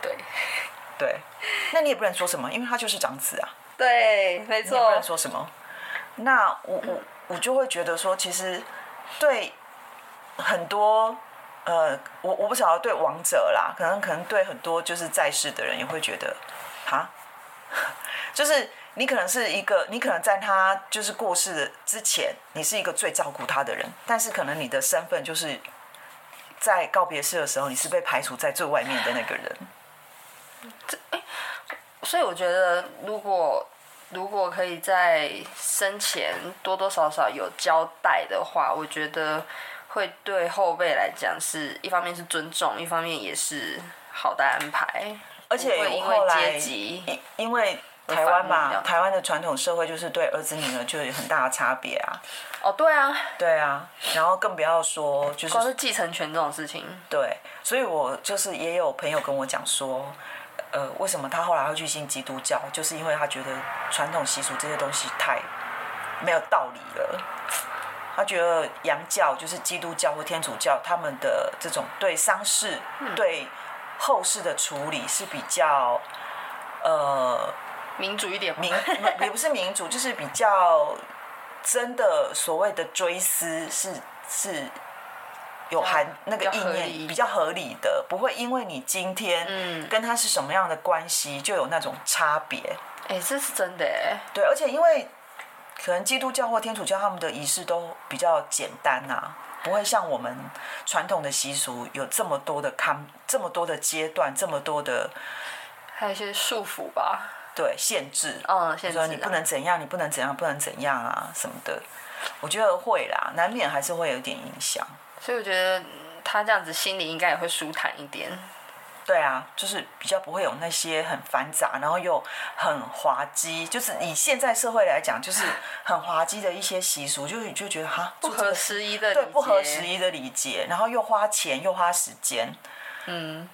[SPEAKER 1] 对
[SPEAKER 2] 对，那你也不能说什么，因为他就是长子啊，
[SPEAKER 1] 对，没
[SPEAKER 2] 你也不
[SPEAKER 1] 错
[SPEAKER 2] 能，说什么。那我我我就会觉得说，其实对很多呃，我我不晓得对王者啦，可能可能对很多就是在世的人也会觉得，哈， 就是你可能是一个，你可能在他就是过世之前，你是一个最照顾他的人，但是可能你的身份就是在告别式的时候，你是被排除在最外面的那个人。
[SPEAKER 1] 所以我觉得，如果如果可以在生前多多少少有交代的话，我觉得会对后辈来讲是一方面是尊重，一方面也是好的安排。
[SPEAKER 2] 而且
[SPEAKER 1] 不会因
[SPEAKER 2] 我
[SPEAKER 1] 为
[SPEAKER 2] 后来
[SPEAKER 1] 阶级
[SPEAKER 2] 因因为台
[SPEAKER 1] 而
[SPEAKER 2] 湾
[SPEAKER 1] 反目这
[SPEAKER 2] 嘛，
[SPEAKER 1] 样
[SPEAKER 2] 台湾的传统社会就是对儿子女儿就有很大的差别啊，
[SPEAKER 1] 哦，对啊，
[SPEAKER 2] 对啊，然后更不要说就是
[SPEAKER 1] 光是继承权这种事情，
[SPEAKER 2] 对，所以我就是也有朋友跟我讲说，呃，为什么他后来会去信基督教，就是因为他觉得传统习俗这些东西太没有道理了。他觉得洋教就是基督教或天主教，他们的这种对丧事、对后事的处理是比较呃
[SPEAKER 1] 民主一点嘛
[SPEAKER 2] 民也不是民主，就是比较真的所谓的追思是是有含那个
[SPEAKER 1] 比较
[SPEAKER 2] 意
[SPEAKER 1] 合
[SPEAKER 2] 念
[SPEAKER 1] 理
[SPEAKER 2] 比较合理的，不会因为你今天
[SPEAKER 1] 嗯
[SPEAKER 2] 跟他是什么样的关系就有那种差别。
[SPEAKER 1] 哎、这是真的哎、
[SPEAKER 2] 对，而且因为可能基督教或天主教他们的仪式都比较简单啊，不会像我们传统的习俗有这么多的康这么多的阶段，这么多的
[SPEAKER 1] 还有一些束缚吧。
[SPEAKER 2] 对限制。
[SPEAKER 1] 嗯，限制
[SPEAKER 2] 说
[SPEAKER 1] 啊
[SPEAKER 2] 你不能怎样，你不能怎样，不能怎样啊什么的。我觉得会啦，难免还是会有点影响。
[SPEAKER 1] 所以我觉得嗯他这样子心里应该也会舒坦一点。
[SPEAKER 2] 对啊，就是比较不会有那些很繁杂，然后又很滑稽，就是以现在社会来讲，就是很滑稽的一些习俗，就是你就觉得哈，
[SPEAKER 1] 不
[SPEAKER 2] 做这
[SPEAKER 1] 合
[SPEAKER 2] 个
[SPEAKER 1] 时宜的
[SPEAKER 2] 对
[SPEAKER 1] 理
[SPEAKER 2] 不合
[SPEAKER 1] 解
[SPEAKER 2] 时宜的理解，然后又花钱又花时间，
[SPEAKER 1] 嗯，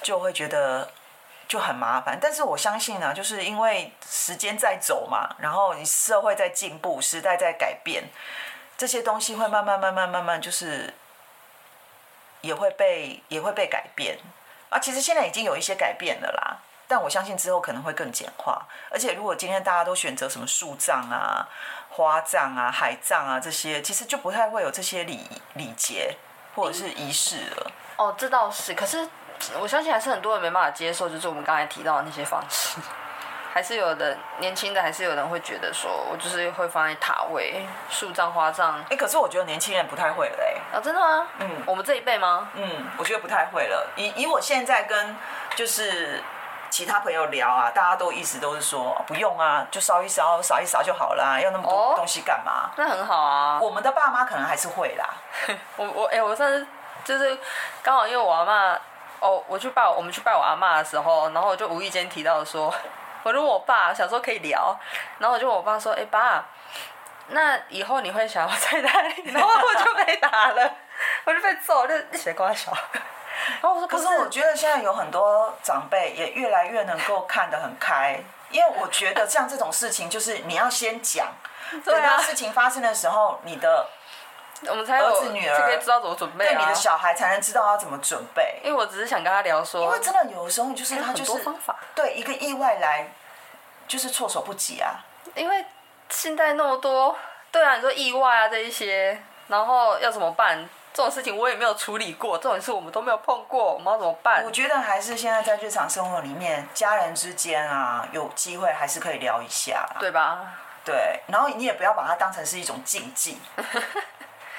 [SPEAKER 2] 就会觉得就很麻烦。但是我相信呢、就是因为时间在走嘛，然后你社会在进步，时代在改变，这些东西会慢慢慢慢慢慢就是也会被也会被改变啊。其实现在已经有一些改变了啦。但我相信之后可能会更简化，而且如果今天大家都选择什么树葬啊、花葬啊、海葬啊这些，其实就不太会有这些礼礼节或者是仪式了。
[SPEAKER 1] 哦，这倒是。可是我相信还是很多人没办法接受，就是我们刚才提到的那些方式。还是有的年轻的，还是有人会觉得说，我就是会放在塔位、树葬、花葬。
[SPEAKER 2] 哎、可是我觉得年轻人不太会了、欸，
[SPEAKER 1] 啊、真的吗？
[SPEAKER 2] 嗯
[SPEAKER 1] 我们这一辈吗？
[SPEAKER 2] 嗯，我觉得不太会了。以以我现在跟就是其他朋友聊啊，大家都一直都是说、哦不用啊，就烧一烧，扫一扫就好啦，要那么
[SPEAKER 1] 哦
[SPEAKER 2] 多东西干嘛？
[SPEAKER 1] 那很好啊。
[SPEAKER 2] 我们的爸妈可能还是会啦，
[SPEAKER 1] 我我哎、我上次就是刚好因为我阿妈，哦，我去拜我们去拜我阿妈的时候，然后我就无意间提到说，我就问我爸，想说可以聊，然后我就问我爸说，哎、爸，那以后你会想要在哪里？ 然后我就被打了，我就被揍，就一起瓜小。然后我说
[SPEAKER 2] 可
[SPEAKER 1] 不
[SPEAKER 2] 是
[SPEAKER 1] 是，
[SPEAKER 2] 我觉得现在有很多长辈也越来越能够看得很开，因为我觉得像这种事情，就是你要先讲，
[SPEAKER 1] 对
[SPEAKER 2] 等到
[SPEAKER 1] 啊，
[SPEAKER 2] 事情发生的时候，你的
[SPEAKER 1] 我们才
[SPEAKER 2] 儿
[SPEAKER 1] 有
[SPEAKER 2] 子女儿
[SPEAKER 1] 就可以知道怎么准备
[SPEAKER 2] 对
[SPEAKER 1] 啊。
[SPEAKER 2] 你的小孩才能知道要怎么准备。
[SPEAKER 1] 因为我只是想跟他聊
[SPEAKER 2] 因
[SPEAKER 1] 说
[SPEAKER 2] 为，真的有的时候就是
[SPEAKER 1] 有
[SPEAKER 2] 他
[SPEAKER 1] 哎很
[SPEAKER 2] 就
[SPEAKER 1] 多
[SPEAKER 2] 是
[SPEAKER 1] 方法，
[SPEAKER 2] 对一个意外来，就是措手不及啊。
[SPEAKER 1] 因为现在那么多，对啊，你说意外啊这一些，然后要怎么办？这种事情我也没有处理过，这种事我们都没有碰过，我们要怎么办
[SPEAKER 2] 我？觉得还是现在在日常生活里面，家人之间啊，有机会还是可以聊一下啦。
[SPEAKER 1] 对吧？
[SPEAKER 2] 对，然后你也不要把它当成是一种禁忌，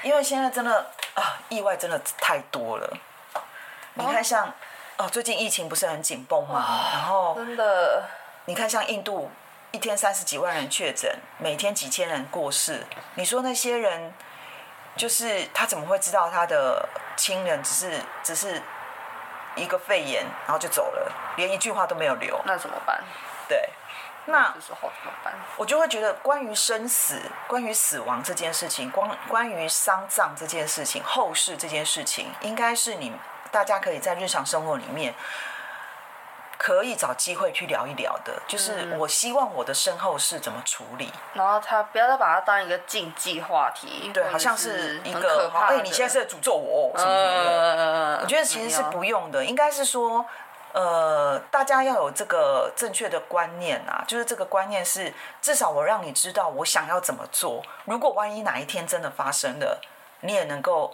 [SPEAKER 2] 因为现在真的啊，意外真的太多了。你看像，哦、最近疫情不是很紧绷嘛，然后
[SPEAKER 1] 真的，
[SPEAKER 2] 你看像印度一天三十几万人确诊，每天几千人过世，你说那些人就是他怎么会知道他的亲人只是只是一个肺炎，然后就走了，连一句话都没有留？
[SPEAKER 1] 那怎么办？
[SPEAKER 2] 对，那
[SPEAKER 1] 这时候怎么办？
[SPEAKER 2] 我就会觉得，关于生死、关于死亡这件事情，关关于丧葬这件事情、后事这件事情，应该是你大家可以在日常生活里面可以找机会去聊一聊
[SPEAKER 1] 嗯
[SPEAKER 2] 的。就是我希望我的身后事怎么处理，
[SPEAKER 1] 然后他不要再把它当一个禁忌话题，
[SPEAKER 2] 对，
[SPEAKER 1] 或者
[SPEAKER 2] 好像
[SPEAKER 1] 是
[SPEAKER 2] 是一
[SPEAKER 1] 很
[SPEAKER 2] 个
[SPEAKER 1] 可怕的。
[SPEAKER 2] 哎，你现在是在诅咒我、哦、什么什么的。
[SPEAKER 1] 呃，
[SPEAKER 2] 我觉得其实是不用的，应该是说，呃，大家要有这个正确的观念啊，就是这个观念是至少我让你知道我想要怎么做。如果万一哪一天真的发生了，你也能够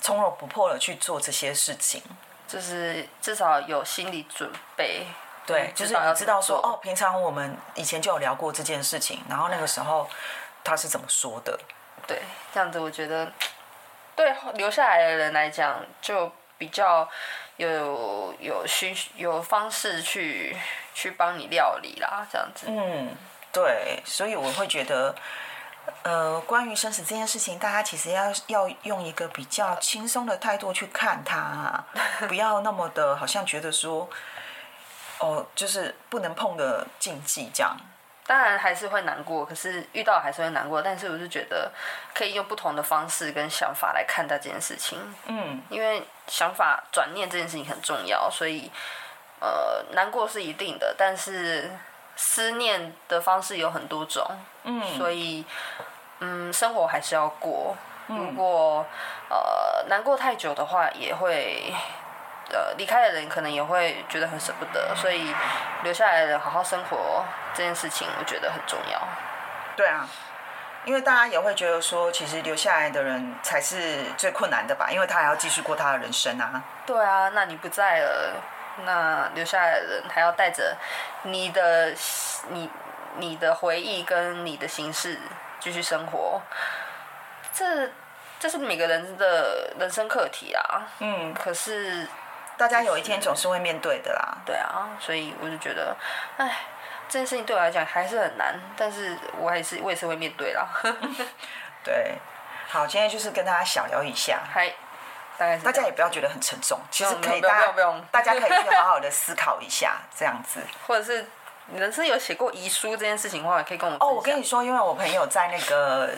[SPEAKER 2] 从容不迫的去做这些事情。
[SPEAKER 1] 就是至少有心理准备，
[SPEAKER 2] 对，就是你
[SPEAKER 1] 要
[SPEAKER 2] 知道
[SPEAKER 1] 怎
[SPEAKER 2] 说
[SPEAKER 1] 么做
[SPEAKER 2] 哦，平常我们以前就有聊过这件事情，然后那个时候他是怎么说的。
[SPEAKER 1] 对，这样子我觉得对留下来的人来讲，就比较有有需有方式去去帮你料理啦，这样子。
[SPEAKER 2] 嗯，对，所以我会觉得，呃，关于生死这件事情，大家其实要要用一个比较轻松的态度去看它啊，不要那么的，好像觉得说，哦，就是不能碰的禁忌这样。
[SPEAKER 1] 当然还是会难过，可是遇到还是会难过，但是我是觉得可以用不同的方式跟想法来看待这件事情，
[SPEAKER 2] 嗯，
[SPEAKER 1] 因为想法转念这件事情很重要，所以呃难过是一定的，但是思念的方式有很多种，
[SPEAKER 2] 嗯
[SPEAKER 1] 所以，嗯，生活还是要过。如果呃难过太久的话，也会呃离开的人可能也会觉得很舍不得，所以留下来的人好好生活这件事情，我觉得很重要。
[SPEAKER 2] 对啊，因为大家也会觉得说，其实留下来的人才是最困难的吧，因为他还要继续过他的人生啊。
[SPEAKER 1] 对啊，那你不在了，那留下来的人还要带着你的你你的回忆跟你的形式继续生活，这这是每个人的人生课题啊。
[SPEAKER 2] 嗯，
[SPEAKER 1] 可是
[SPEAKER 2] 大家有一天总是会面对的啦。
[SPEAKER 1] 对啊，所以我就觉得，哎，这件事情对我来讲还是很难，但是我还是我也是会面对啦。
[SPEAKER 2] 对，好，今天就是跟大家小聊一下，
[SPEAKER 1] 还大概是
[SPEAKER 2] 大
[SPEAKER 1] 这
[SPEAKER 2] 家
[SPEAKER 1] 样
[SPEAKER 2] 也不要觉得很沉重，其实
[SPEAKER 1] 不用
[SPEAKER 2] 可以
[SPEAKER 1] 不用
[SPEAKER 2] 大家
[SPEAKER 1] 不用不用
[SPEAKER 2] 大家可以去好好的思考一下，这样子。
[SPEAKER 1] 或者是你人生有写过遗书这件事情的话，也可以跟我们
[SPEAKER 2] 哦，我
[SPEAKER 1] 分
[SPEAKER 2] 跟
[SPEAKER 1] 享
[SPEAKER 2] 你说，因为我朋友在那个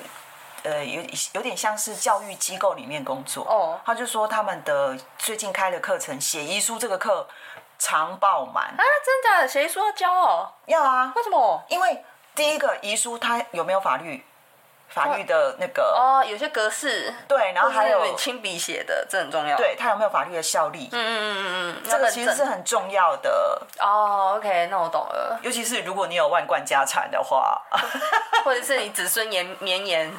[SPEAKER 2] 呃有有点像是教育机构里面工作，
[SPEAKER 1] 哦
[SPEAKER 2] 他就说他们的最近开的课程写遗书这个课常爆满，
[SPEAKER 1] 啊，真假的谁说要教哦？
[SPEAKER 2] 要啊，
[SPEAKER 1] 为什么？
[SPEAKER 2] 因为第一个遗书它有没有法律法律的那个、
[SPEAKER 1] 哦，有些格式，
[SPEAKER 2] 对，然后
[SPEAKER 1] 或
[SPEAKER 2] 还
[SPEAKER 1] 者是
[SPEAKER 2] 有
[SPEAKER 1] 你亲笔写的，这很重要。，
[SPEAKER 2] 对它有没有法律的效力，
[SPEAKER 1] 嗯嗯嗯嗯嗯，
[SPEAKER 2] 这个其实
[SPEAKER 1] 要认
[SPEAKER 2] 是
[SPEAKER 1] 证
[SPEAKER 2] 很重要的，
[SPEAKER 1] 哦，OK，那我懂了。
[SPEAKER 2] 尤其是如果你有万贯家产的话。
[SPEAKER 1] 或者是你子孙延绵延，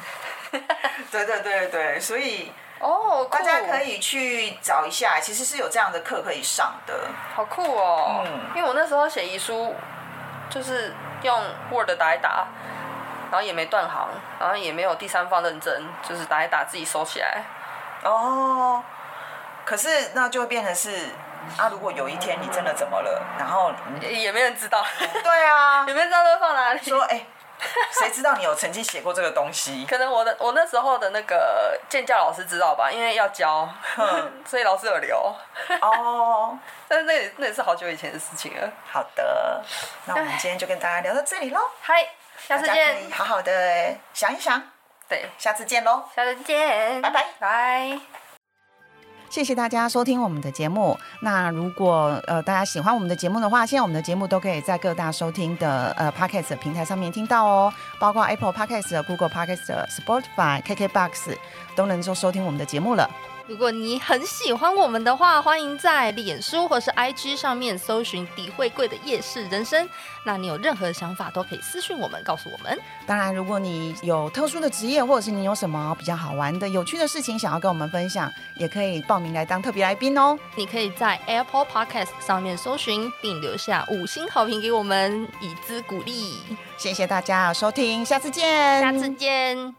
[SPEAKER 2] 对对对对，所以
[SPEAKER 1] 哦，
[SPEAKER 2] 大家可
[SPEAKER 1] 以，
[SPEAKER 2] 以去找一下，其实是有这样的课可以上的。
[SPEAKER 1] 好酷哦。
[SPEAKER 2] 嗯
[SPEAKER 1] 因为我那时候写遗书，就是用 Word 打一打。然后也没断行，然后也没有第三方认证，就是打一打自己收起来。
[SPEAKER 2] 哦，可是那就会变成是啊，如果有一天你真的怎么了，然后你
[SPEAKER 1] 也也没人知道，
[SPEAKER 2] 对啊
[SPEAKER 1] 也，没人知道都放哪里。
[SPEAKER 2] 说哎，谁知道你有曾经写过这个 东西？
[SPEAKER 1] 可能我的我那时候的那个建教老师知道吧，因为要教， 所以老师有留。
[SPEAKER 2] 哦，
[SPEAKER 1] 但是那也那也是好久以前的事情了。
[SPEAKER 2] 好的，那我们今天就跟大家聊到这里喽，
[SPEAKER 1] 嗨，下
[SPEAKER 2] 大
[SPEAKER 1] 次
[SPEAKER 2] 家可以
[SPEAKER 1] 见。
[SPEAKER 2] 好好的想一想，
[SPEAKER 1] 对，
[SPEAKER 2] 下次见喽。
[SPEAKER 1] 下次见，
[SPEAKER 2] 拜拜
[SPEAKER 1] 拜。
[SPEAKER 2] 谢谢大家收听我们的节目。那如果呃大家喜欢我们的节目的话，现在我们的节目都可以在各大收听的呃 Podcast 的平台上面听到哦，包括 Apple Podcast、Google Podcast、Spotify、KKBox 都能够收听我们的节目了。
[SPEAKER 3] 如果你很喜欢我们的话，欢迎在脸书或是 IG 上面搜寻“底会贵的夜市人生”。那你有任何想法都可以私讯我们，告诉我们。
[SPEAKER 2] 当然，如果你有特殊的职业，或者是你有什么比较好玩的、有趣的事情想要跟我们分享，也可以报名来当特别来宾哦。
[SPEAKER 3] 你可以在 Apple Podcast 上面搜寻，并留下五星好评给我们，以资鼓励。
[SPEAKER 2] 谢谢大家的收听，下次见，
[SPEAKER 3] 下次见。